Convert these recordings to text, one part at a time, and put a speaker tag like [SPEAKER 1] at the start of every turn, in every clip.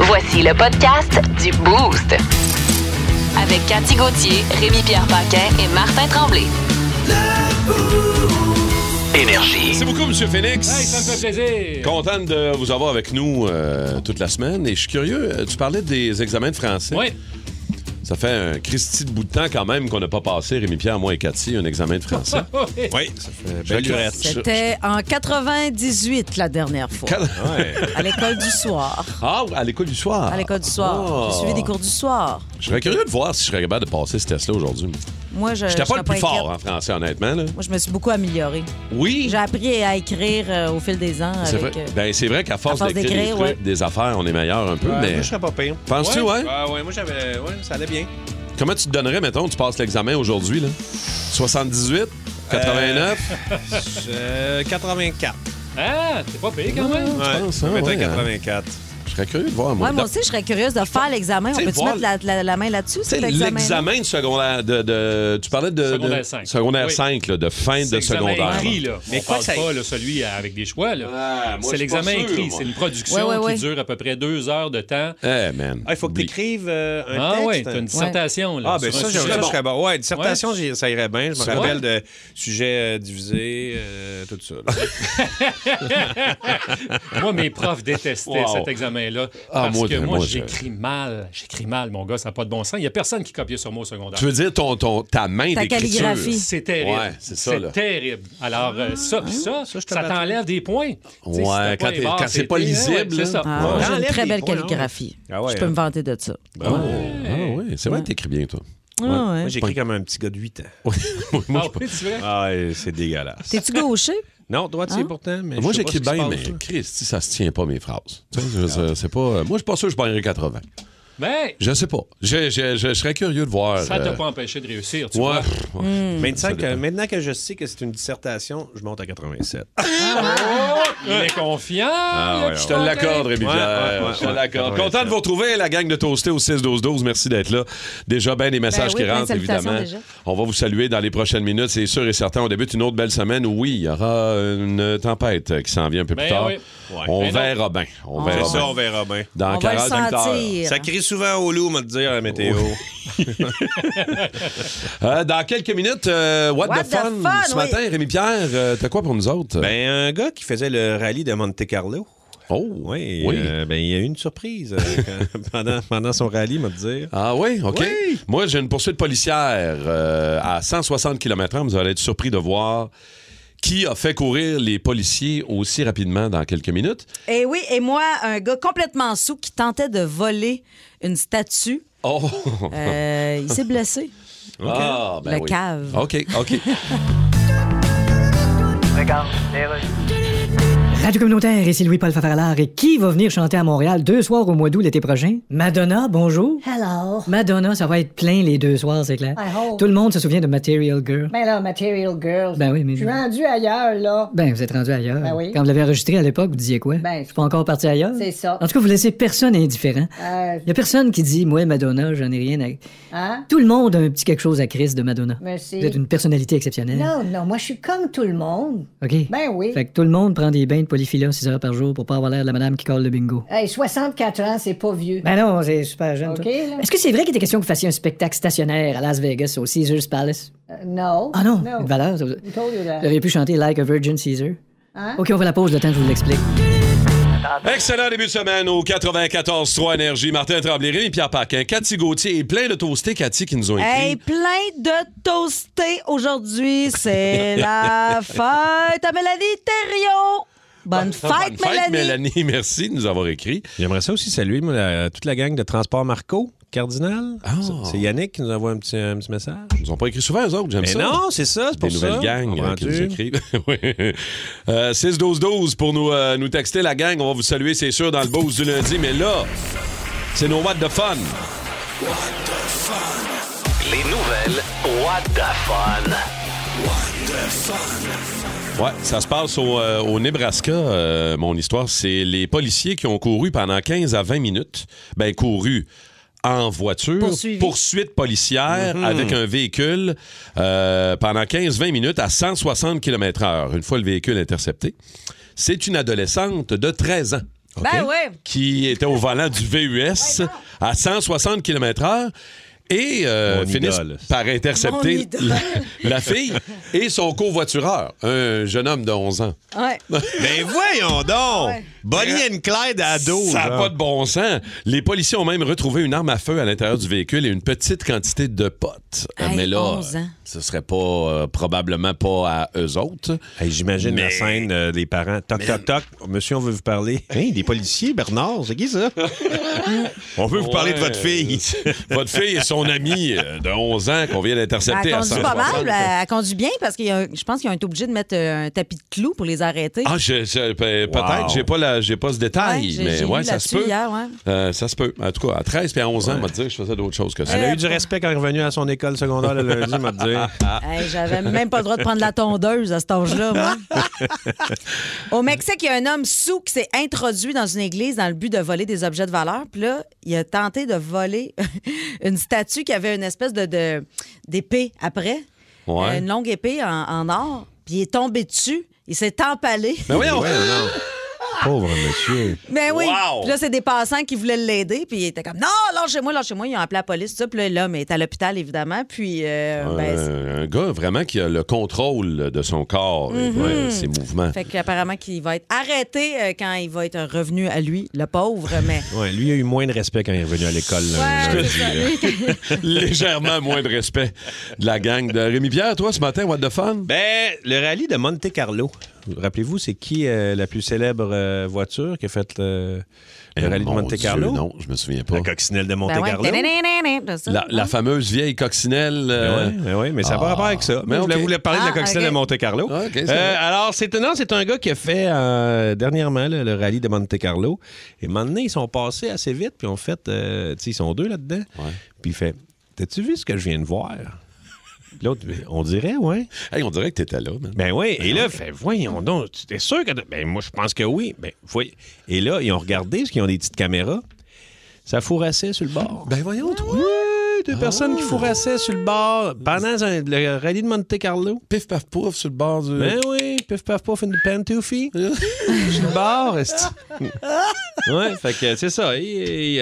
[SPEAKER 1] Voici le podcast du Boost. Avec Cathy Gauthier, Rémi-Pierre Paquin et Martin Tremblay.
[SPEAKER 2] Énergie.
[SPEAKER 3] Merci beaucoup, Monsieur Phoenix.
[SPEAKER 4] Hey, ça me fait plaisir.
[SPEAKER 3] Content de vous avoir avec nous euh, toute la semaine. Et je suis curieux, euh, tu parlais des examens de français.
[SPEAKER 4] Oui.
[SPEAKER 3] Ça fait un Christy de bout de temps quand même qu'on n'a pas passé, Rémi-Pierre, moi et Cathy, un examen de français.
[SPEAKER 4] Oh,
[SPEAKER 3] oui, ça fait
[SPEAKER 5] belle lurette.
[SPEAKER 6] C'était en 98 la dernière fois. À l'école du soir.
[SPEAKER 3] Ah, à l'école du soir.
[SPEAKER 6] À l'école du soir.
[SPEAKER 3] Ah.
[SPEAKER 6] J'ai suivi des cours du soir.
[SPEAKER 3] Je serais curieux de voir si je serais capable de passer ce test-là aujourd'hui.
[SPEAKER 6] Moi, Euh, je.
[SPEAKER 3] J'étais
[SPEAKER 6] je
[SPEAKER 3] pas
[SPEAKER 6] serais
[SPEAKER 3] le plus fort hein.
[SPEAKER 6] inquiète.
[SPEAKER 3] en français, honnêtement. là.
[SPEAKER 6] Moi, je me suis beaucoup améliorée.
[SPEAKER 3] Oui.
[SPEAKER 6] J'ai appris à écrire euh, au fil des ans.
[SPEAKER 3] C'est
[SPEAKER 6] avec,
[SPEAKER 3] vrai,
[SPEAKER 6] euh,
[SPEAKER 3] ben, c'est vrai qu'à force,
[SPEAKER 6] force
[SPEAKER 3] d'écrire des
[SPEAKER 6] d'écrire,
[SPEAKER 3] trucs,
[SPEAKER 6] ouais.
[SPEAKER 3] des affaires, on est meilleur un peu,
[SPEAKER 2] Euh,
[SPEAKER 3] mais
[SPEAKER 2] Moi, je serais pas pire.
[SPEAKER 3] Penses-tu, ouais?
[SPEAKER 2] Ah, ouais, moi, j'avais. Ouais, ça allait bien.
[SPEAKER 3] comment tu te donnerais, mettons, tu passes l'examen aujourd'hui, là? 78, 89,
[SPEAKER 2] Euh, 84.
[SPEAKER 4] Ah, t'es pas payé quand même.
[SPEAKER 2] Ouais,
[SPEAKER 3] penses,
[SPEAKER 2] je
[SPEAKER 3] hein,
[SPEAKER 2] mettrais
[SPEAKER 3] ouais,
[SPEAKER 2] 84.
[SPEAKER 3] je serais curieux de voir, moi.
[SPEAKER 6] ouais, moi aussi, je serais curieuse de faire l'examen. On
[SPEAKER 3] T'sais,
[SPEAKER 6] peut-tu
[SPEAKER 3] voir-
[SPEAKER 6] mettre la, la- la main là-dessus,
[SPEAKER 3] Tu sais,
[SPEAKER 6] cet examen?
[SPEAKER 3] l'examen de secondaire. De, de- tu parlais de. de-
[SPEAKER 4] Secondaire cinq.
[SPEAKER 3] secondaire
[SPEAKER 4] Oui.
[SPEAKER 3] 5, là, de fin
[SPEAKER 4] C'est
[SPEAKER 3] de
[SPEAKER 4] l'examen
[SPEAKER 3] secondaire.
[SPEAKER 4] écrit, là.
[SPEAKER 2] Mais
[SPEAKER 4] Mais
[SPEAKER 2] quoi
[SPEAKER 4] quoi
[SPEAKER 2] ça-
[SPEAKER 4] pas, là, celui à- avec des choix, là.
[SPEAKER 3] Ah, moi, je
[SPEAKER 4] c'est
[SPEAKER 3] suis
[SPEAKER 4] l'examen
[SPEAKER 3] pas sûr,
[SPEAKER 4] écrit.
[SPEAKER 3] moi.
[SPEAKER 4] C'est une production
[SPEAKER 6] Ouais, ouais, ouais.
[SPEAKER 4] qui dure à peu près deux heures de temps.
[SPEAKER 3] Eh, man.
[SPEAKER 2] Ah, il faut que tu
[SPEAKER 3] Oublie.
[SPEAKER 2] écrives un
[SPEAKER 4] ah
[SPEAKER 2] texte.
[SPEAKER 4] ouais, t'as une dissertation, là.
[SPEAKER 2] Ah, ben
[SPEAKER 4] sur
[SPEAKER 2] ça,
[SPEAKER 4] un
[SPEAKER 2] j'aimerais
[SPEAKER 4] sujet.
[SPEAKER 2] ça, je serais bon. Ouais, dissertation, j'ai- ça irait bien. Je me
[SPEAKER 4] C'est
[SPEAKER 2] rappelle de sujets euh, divisés, euh, tout ça. là.
[SPEAKER 4] Moi, mes profs détestaient
[SPEAKER 3] Wow.
[SPEAKER 4] cet examen-là.
[SPEAKER 3] Ah,
[SPEAKER 4] parce
[SPEAKER 3] moi,
[SPEAKER 4] que moi,
[SPEAKER 3] moi, je-
[SPEAKER 4] j'écris mal. J'écris mal, mon gars, ça n'a pas de bon sens. Il n'y a personne qui copiait sur moi au secondaire.
[SPEAKER 3] Tu veux dire ton, ton, ta main
[SPEAKER 6] Ta
[SPEAKER 3] d'écriture.
[SPEAKER 6] calligraphie.
[SPEAKER 4] C'est terrible.
[SPEAKER 3] Ouais, c'est ça, là.
[SPEAKER 4] terrible. Alors, euh,
[SPEAKER 6] Ah,
[SPEAKER 4] ça, puis ça, ça,
[SPEAKER 2] je te battrai.
[SPEAKER 4] t'enlève des points. Tu sais, si t'as pas
[SPEAKER 3] Ouais, quand
[SPEAKER 4] les
[SPEAKER 3] t'es-
[SPEAKER 4] barres,
[SPEAKER 3] quand c'est pas
[SPEAKER 4] épais,
[SPEAKER 3] lisible,
[SPEAKER 4] ouais, C'est
[SPEAKER 3] là.
[SPEAKER 4] ça.
[SPEAKER 6] Ah, moi, j'ai
[SPEAKER 2] Enlève
[SPEAKER 6] une très
[SPEAKER 2] les
[SPEAKER 6] belle
[SPEAKER 2] points, hein.
[SPEAKER 6] calligraphie.
[SPEAKER 2] Ah ouais,
[SPEAKER 6] je peux
[SPEAKER 2] hein.
[SPEAKER 6] me vanter de ça.
[SPEAKER 3] Ah, oui, c'est vrai que t'écris bien, toi.
[SPEAKER 6] Ah ouais.
[SPEAKER 2] Moi, j'écris comme un petit gars de 8 ans.
[SPEAKER 3] Moi,
[SPEAKER 4] Ah,
[SPEAKER 3] je-
[SPEAKER 4] oui, tu vois?
[SPEAKER 2] Ah, et c'est dégueulasse.
[SPEAKER 6] T'es-tu Ah. gaucher?
[SPEAKER 2] Non, droitier pourtant, mais
[SPEAKER 3] Moi,
[SPEAKER 2] je sais pas
[SPEAKER 3] j'écris
[SPEAKER 2] ce qui se
[SPEAKER 3] bien, mais
[SPEAKER 2] passe, là.
[SPEAKER 3] Christy, ça se tient pas, mes phrases. Tu sais, je veux dire, c'est pas... Moi, je suis pas sûr que je gagnerais 80.
[SPEAKER 4] Mais
[SPEAKER 3] Je sais pas. Je, je- je- je serais curieux de voir.
[SPEAKER 4] ça t'a
[SPEAKER 3] euh,
[SPEAKER 4] pas empêché de réussir, tu vois.
[SPEAKER 3] Ouais. Ouais.
[SPEAKER 6] Hmm.
[SPEAKER 2] Maintenant que,
[SPEAKER 3] Hmm. dépend.
[SPEAKER 2] euh, maintenant que je sais que c'est une dissertation, je monte à 87.
[SPEAKER 4] Il est confiant.
[SPEAKER 2] ouais,
[SPEAKER 3] Je te l'accorde, Rémi
[SPEAKER 2] Ouais,
[SPEAKER 3] Pierre.
[SPEAKER 2] ouais, ouais,
[SPEAKER 3] je te
[SPEAKER 2] ouais.
[SPEAKER 3] l'accorde.
[SPEAKER 2] 87.
[SPEAKER 3] Content de vous retrouver, la gang de Toasté au 6-12-12. Merci d'être là. Déjà, bien des messages
[SPEAKER 6] Ben oui,
[SPEAKER 3] qui
[SPEAKER 6] plein de
[SPEAKER 3] rentrent,
[SPEAKER 6] salutations
[SPEAKER 3] évidemment.
[SPEAKER 6] déjà.
[SPEAKER 3] On va vous saluer dans les prochaines minutes, c'est sûr et certain. On débute une autre belle semaine où, oui, il y aura une tempête qui s'en vient un peu plus
[SPEAKER 4] Ben
[SPEAKER 3] tard.
[SPEAKER 4] oui.
[SPEAKER 3] On
[SPEAKER 4] Ben non.
[SPEAKER 3] verra bien. On verra
[SPEAKER 2] Ça,
[SPEAKER 3] bien.
[SPEAKER 2] on verra bien.
[SPEAKER 3] Dans
[SPEAKER 6] On va le
[SPEAKER 3] 48 heures. Eh oh.
[SPEAKER 6] sentir.
[SPEAKER 2] Ça crie souvent au loup, me dire, la météo.
[SPEAKER 3] Euh, dans quelques minutes, euh, what,
[SPEAKER 6] What
[SPEAKER 3] the
[SPEAKER 6] the
[SPEAKER 3] fun?
[SPEAKER 6] fun,
[SPEAKER 3] Ce
[SPEAKER 6] oui.
[SPEAKER 3] matin, Rémi-Pierre, euh, t'as quoi pour nous autres?
[SPEAKER 2] Ben, un gars qui faisait le rallye de Monte Carlo.
[SPEAKER 3] oh,
[SPEAKER 2] Oui,
[SPEAKER 3] oui.
[SPEAKER 2] euh, ben, il y a eu une surprise euh, quand- pendant, pendant son rallye, me dire.
[SPEAKER 3] Ah oui, OK.
[SPEAKER 2] Oui.
[SPEAKER 3] Moi, j'ai une poursuite policière euh, à 160 km/h. Vous allez être surpris de voir qui a fait courir les policiers aussi rapidement dans quelques minutes.
[SPEAKER 6] Et Eh oui, et moi, un gars complètement sous qui tentait de voler une statue.
[SPEAKER 3] Oh!
[SPEAKER 6] Euh, il s'est blessé.
[SPEAKER 3] Ah, ben
[SPEAKER 6] Le
[SPEAKER 3] oui.
[SPEAKER 6] cave.
[SPEAKER 3] OK, OK.
[SPEAKER 7] Radio communautaire, ici Louis-Paul Fafaralard. Et qui va venir chanter à Montréal deux soirs au mois d'août l'été prochain? Madonna, bonjour.
[SPEAKER 8] Hello.
[SPEAKER 7] Madonna, ça va être plein les deux soirs, c'est clair.
[SPEAKER 8] I hope.
[SPEAKER 7] Tout le monde se souvient de Material Girl.
[SPEAKER 8] Ben là, Material Girls.
[SPEAKER 7] Ben oui, mais...
[SPEAKER 8] Je suis rendu ailleurs, là.
[SPEAKER 7] Ben, vous êtes rendu ailleurs.
[SPEAKER 8] Ben oui.
[SPEAKER 7] Quand vous l'avez enregistré à l'époque, vous disiez quoi?
[SPEAKER 8] Ben,
[SPEAKER 7] je suis pas encore parti ailleurs?
[SPEAKER 8] c'est ça.
[SPEAKER 7] En tout cas, vous laissez personne indifférent.
[SPEAKER 8] Euh,
[SPEAKER 7] Il y a personne qui dit, moi, Madonna, j'en ai rien à...
[SPEAKER 8] hein?
[SPEAKER 7] Tout le monde a un petit quelque chose à Chris de Madonna.
[SPEAKER 8] Merci.
[SPEAKER 7] Vous êtes une personnalité exceptionnelle.
[SPEAKER 8] Non, non, moi, je suis comme tout le monde.
[SPEAKER 7] OK?
[SPEAKER 8] Ben oui.
[SPEAKER 7] Fait que tout le monde prend des bains de polyphila 6 heures par jour pour pas avoir l'air de la madame qui colle le bingo.
[SPEAKER 8] Hey, 64 ans, c'est pas vieux.
[SPEAKER 7] Ben non, c'est super jeune.
[SPEAKER 8] OK,
[SPEAKER 7] toi.
[SPEAKER 8] là.
[SPEAKER 7] Est-ce que c'est vrai qu'il était question que vous fassiez un spectacle stationnaire à Las Vegas au Caesars Palace?
[SPEAKER 8] Euh, non.
[SPEAKER 7] Ah non,
[SPEAKER 8] No.
[SPEAKER 7] une valeur. Euh, ça. Vous
[SPEAKER 8] Who told you that?
[SPEAKER 7] auriez pu chanter Like a Virgin Caesar.
[SPEAKER 8] Hein?
[SPEAKER 7] OK, on fait la pause le temps que je vous l'explique.
[SPEAKER 3] Excellent début de semaine au 94-3 Énergie. Martin Tremblay, Rémi Pierre Paquin, Cathy Gauthier et plein de toastés, Cathy, qui nous ont écrit.
[SPEAKER 6] Hey, plein de toastés aujourd'hui. C'est la fête à Mélanie Thériault. Bonne fête,
[SPEAKER 3] Bonne fête,
[SPEAKER 6] Mélanie.
[SPEAKER 3] Mélanie. Merci de nous avoir écrit.
[SPEAKER 2] J'aimerais ça aussi saluer moi, la- toute la gang de Transport Marco, Cardinal.
[SPEAKER 3] Ah.
[SPEAKER 2] C'est- C'est Yannick qui nous envoie un petit, un petit message.
[SPEAKER 3] Ils nous ont pas écrit souvent, eux autres, j'aime
[SPEAKER 2] Mais
[SPEAKER 3] ça.
[SPEAKER 2] non, c'est ça, c'est pour
[SPEAKER 3] des
[SPEAKER 2] ça.
[SPEAKER 3] nouvelles gangs euh, qui nous
[SPEAKER 2] Entendu.
[SPEAKER 3] écrivent. Oui. Euh, 6-12-12 pour nous, euh, nous texter la gang. On va vous saluer, c'est sûr, dans le boost du lundi. Mais là, c'est nos What de Fun.
[SPEAKER 2] Les nouvelles What the Fun.
[SPEAKER 3] Ouais, ça se passe au, euh, au Nebraska, euh, mon histoire. C'est les policiers qui ont couru pendant 15 à 20 minutes. Ben, couru en voiture,
[SPEAKER 6] Poursuivi.
[SPEAKER 3] poursuite policière
[SPEAKER 6] Mhm.
[SPEAKER 3] avec un véhicule euh, pendant 15-20 minutes à 160 km/h, une fois le véhicule intercepté. C'est une adolescente de 13 ans. OK?
[SPEAKER 6] Ben ouais.
[SPEAKER 3] Qui était au volant du VUS à 160 km/h et euh,
[SPEAKER 2] Mon
[SPEAKER 3] finissent
[SPEAKER 2] idole.
[SPEAKER 3] par
[SPEAKER 6] Mon
[SPEAKER 3] intercepter
[SPEAKER 6] idole.
[SPEAKER 3] la, la fille et son covoitureur, un jeune homme de 11 ans.
[SPEAKER 6] Ouais.
[SPEAKER 5] Mais
[SPEAKER 2] Ben,
[SPEAKER 5] voyons donc! Bonnie and Clyde à dos.
[SPEAKER 3] Ça n'a
[SPEAKER 5] genre.
[SPEAKER 3] pas de bon sens. Les policiers ont même retrouvé une arme à feu à l'intérieur du véhicule et une petite quantité de potes. Euh,
[SPEAKER 6] Hey,
[SPEAKER 3] Mais là,
[SPEAKER 6] 11 ans.
[SPEAKER 3] ce serait pas euh, probablement pas à eux autres.
[SPEAKER 2] Hey, J'imagine la
[SPEAKER 3] Mais-
[SPEAKER 2] scène euh, des parents. Toc, toc, toc. Monsieur, on veut vous parler.
[SPEAKER 5] Hein, des policiers, Bernard, c'est qui ça? On veut vous parler de
[SPEAKER 3] Ouais,
[SPEAKER 5] votre fille.
[SPEAKER 3] euh, votre fille et son ami euh, de 11 ans qu'on vient d'intercepter
[SPEAKER 6] Elle
[SPEAKER 3] à
[SPEAKER 6] conduit
[SPEAKER 3] 160.
[SPEAKER 6] pas mal, elle, elle conduit bien parce que je pense qu'ils ont été obligés de mettre euh, un tapis de clous pour les arrêter.
[SPEAKER 3] Ah, je- je- pe- peut-être,
[SPEAKER 2] Wow.
[SPEAKER 3] j'ai pas, la- j'ai pas ce
[SPEAKER 6] euh. Ouais,
[SPEAKER 3] détail,
[SPEAKER 6] j'ai-
[SPEAKER 3] mais
[SPEAKER 6] j'ai
[SPEAKER 3] ouais,
[SPEAKER 6] lu
[SPEAKER 3] ça se
[SPEAKER 6] là-dessus
[SPEAKER 3] peut.
[SPEAKER 6] hier, ouais.
[SPEAKER 3] Euh, ça se peut. En tout cas, à 13 puis à 11 ans, on va te dire que je faisais d'autres choses que ça.
[SPEAKER 6] Euh,
[SPEAKER 2] Elle a eu du respect quand elle est revenue à son école secondaire le lundi, m'a dit.
[SPEAKER 6] Hey, J'avais même pas le droit de prendre la tondeuse à cet âge-là, moi. Au Mexique, il y a un homme sous qui s'est introduit dans une église dans le but de voler des objets de valeur. Puis là, il a tenté de voler une statue qui avait une espèce de de- d'épée après,
[SPEAKER 3] Ouais.
[SPEAKER 6] Euh, une longue épée en, en or. Puis il est tombé dessus. Il s'est empalé.
[SPEAKER 3] Mais voyons!
[SPEAKER 2] non. Pauvre monsieur.
[SPEAKER 6] Ben oui.
[SPEAKER 3] Wow!
[SPEAKER 6] Puis là, c'est des passants qui voulaient l'aider. Puis il était comme Non, lâchez-moi, lâchez-moi. Ils ont appelé la police. tout ça. Puis là, l'homme est à l'hôpital, évidemment. Puis, euh, ben, c'est-
[SPEAKER 3] un, un gars vraiment qui a le contrôle de son corps et de
[SPEAKER 6] Mhm.
[SPEAKER 3] ses mouvements.
[SPEAKER 6] Fait qu'apparemment qu'il va être arrêté euh, quand il va être revenu à lui, le pauvre, mais...
[SPEAKER 2] Ouais, lui a eu moins de respect quand il est revenu à l'école. le
[SPEAKER 6] Ouais,
[SPEAKER 2] lundi,
[SPEAKER 6] c'est ça,
[SPEAKER 2] là.
[SPEAKER 6] lui.
[SPEAKER 3] Légèrement moins de respect de la gang de Rémi Pierre. Toi, ce matin, what the fun?
[SPEAKER 2] Ben, le rallye de Monte Carlo. Rappelez-vous, c'est qui euh, la plus célèbre euh, voiture qui a fait euh, le
[SPEAKER 3] Eh,
[SPEAKER 2] rallye de
[SPEAKER 3] mon
[SPEAKER 2] Monte
[SPEAKER 3] Dieu,
[SPEAKER 2] Carlo?
[SPEAKER 3] non, je me souviens pas.
[SPEAKER 2] La coccinelle de Monte
[SPEAKER 6] Ben ouais.
[SPEAKER 2] Carlo.
[SPEAKER 6] Tadadadadada, c'est ça.
[SPEAKER 3] La, la fameuse vieille coccinelle. euh,
[SPEAKER 2] Ben ouais, ben ouais, mais ça n'a
[SPEAKER 3] Ah.
[SPEAKER 2] pas rapport avec ça. Mais
[SPEAKER 3] Mais
[SPEAKER 2] je voulais
[SPEAKER 3] ok.
[SPEAKER 2] vous le parler de
[SPEAKER 6] Ah,
[SPEAKER 2] la coccinelle
[SPEAKER 6] ok.
[SPEAKER 2] de Monte Carlo.
[SPEAKER 3] Ah, ok, c'est
[SPEAKER 2] Euh,
[SPEAKER 3] vrai.
[SPEAKER 2] alors, c'est non, c'est un gars qui a fait euh, dernièrement là, le rallye de Monte Carlo. Et maintenant, ils sont passés assez vite, puis ont fait, euh, tu sais, ils sont deux là-dedans. Puis il fait, t'as-tu vu ce que je viens de voir? Puis L'autre, ben, on dirait, ouais.
[SPEAKER 3] hey, on dirait que t'étais là, man.
[SPEAKER 2] Ben oui, et là, fait, voyons donc, tu t'es sûr que... t'as- Ben moi, je pense que oui. Ben, voy- Et là, ils ont regardé, parce qu'ils ont des petites caméras, ça fourrassait sur le bord.
[SPEAKER 3] Ben voyons, toi.
[SPEAKER 2] Oui, deux personnes qui fourrassaient sur le bord pendant un- le rallye de Monte Carlo.
[SPEAKER 3] Pif paf pouf sur le bord du.
[SPEAKER 2] Ben oui, pif paf pouf, une pantoufie. sur le bord, esti. Ouais, fait que c'est ça. Et,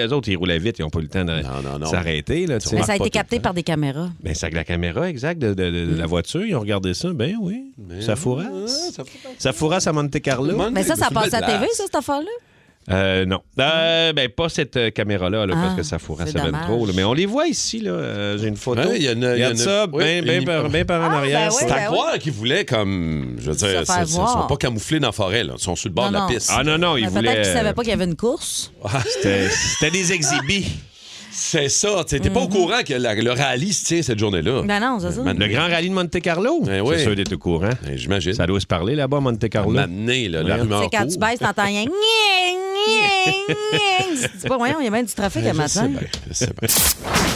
[SPEAKER 2] les autres, ils roulaient vite, ils n'ont pas eu le temps de
[SPEAKER 3] Non, non, non.
[SPEAKER 2] s'arrêter. Là, tu sais.
[SPEAKER 6] Mais ça a
[SPEAKER 3] pas
[SPEAKER 6] été
[SPEAKER 3] tout
[SPEAKER 6] capté par des caméras.
[SPEAKER 2] Ben, c'est avec la caméra exacte de, de- de la voiture, ils ont regardé ça. Mm. Ben oui, ça fourrasse. Ça fourrasse à Monte Carlo.
[SPEAKER 3] Mon-
[SPEAKER 6] Mais ça, ça
[SPEAKER 3] C'est
[SPEAKER 6] passe
[SPEAKER 3] une
[SPEAKER 6] à
[SPEAKER 3] belle
[SPEAKER 6] TV,
[SPEAKER 3] place.
[SPEAKER 6] ça, cette affaire-là?
[SPEAKER 2] Euh, non. Euh, ben, pas cette euh, caméra-là, là,
[SPEAKER 6] Ah,
[SPEAKER 2] parce que ça fourrait
[SPEAKER 6] c'est
[SPEAKER 2] ça ben
[SPEAKER 6] dommage.
[SPEAKER 2] trop. là. Mais on les voit ici, là. Euh, J'ai une photo.
[SPEAKER 3] Ouais, il y en a- il y
[SPEAKER 2] Regarde
[SPEAKER 3] en a-
[SPEAKER 2] ça,
[SPEAKER 3] oui,
[SPEAKER 2] bien
[SPEAKER 3] une-
[SPEAKER 2] par, ben par en
[SPEAKER 6] Ah,
[SPEAKER 2] arrière.
[SPEAKER 6] ben oui,
[SPEAKER 2] ça.
[SPEAKER 3] C'est à
[SPEAKER 6] ben
[SPEAKER 3] croire qu'ils voulaient, comme. Je veux dire,
[SPEAKER 6] faire
[SPEAKER 3] ils
[SPEAKER 6] voir.
[SPEAKER 3] sont pas camouflés dans la forêt, là. Ils sont sur le bord
[SPEAKER 6] Non,
[SPEAKER 3] de la
[SPEAKER 6] non.
[SPEAKER 3] piste.
[SPEAKER 2] Ah non, non, ils
[SPEAKER 6] Mais Ben, Peut-être
[SPEAKER 2] voulaient...
[SPEAKER 6] qu'ils
[SPEAKER 3] euh,
[SPEAKER 6] savaient pas qu'il y avait une course.
[SPEAKER 2] C'était c'était des exhibits.
[SPEAKER 3] Ah. C'est ça. tu sais, T'es pas au courant que la- le rallye se tient cette journée-là.
[SPEAKER 6] Mhm. Ben non, c'est ça.
[SPEAKER 3] Man-
[SPEAKER 2] Le grand rallye de Monte Carlo.
[SPEAKER 3] Eh oui. Ah,
[SPEAKER 2] C'est sûr d'être au courant.
[SPEAKER 3] Ben, J'imagine.
[SPEAKER 2] Ça doit se parler là-bas, Monte Carlo.
[SPEAKER 3] M'amener, là, la
[SPEAKER 2] Ouais.
[SPEAKER 6] Tu
[SPEAKER 3] rumeur
[SPEAKER 6] sais, quand
[SPEAKER 3] court.
[SPEAKER 6] tu baisses, t'entends rien. Gnang, gnang, gnang. Tu dis pas, voyons, il y a même du trafic à
[SPEAKER 3] Je sais
[SPEAKER 6] matin.
[SPEAKER 3] bien, je sais bien.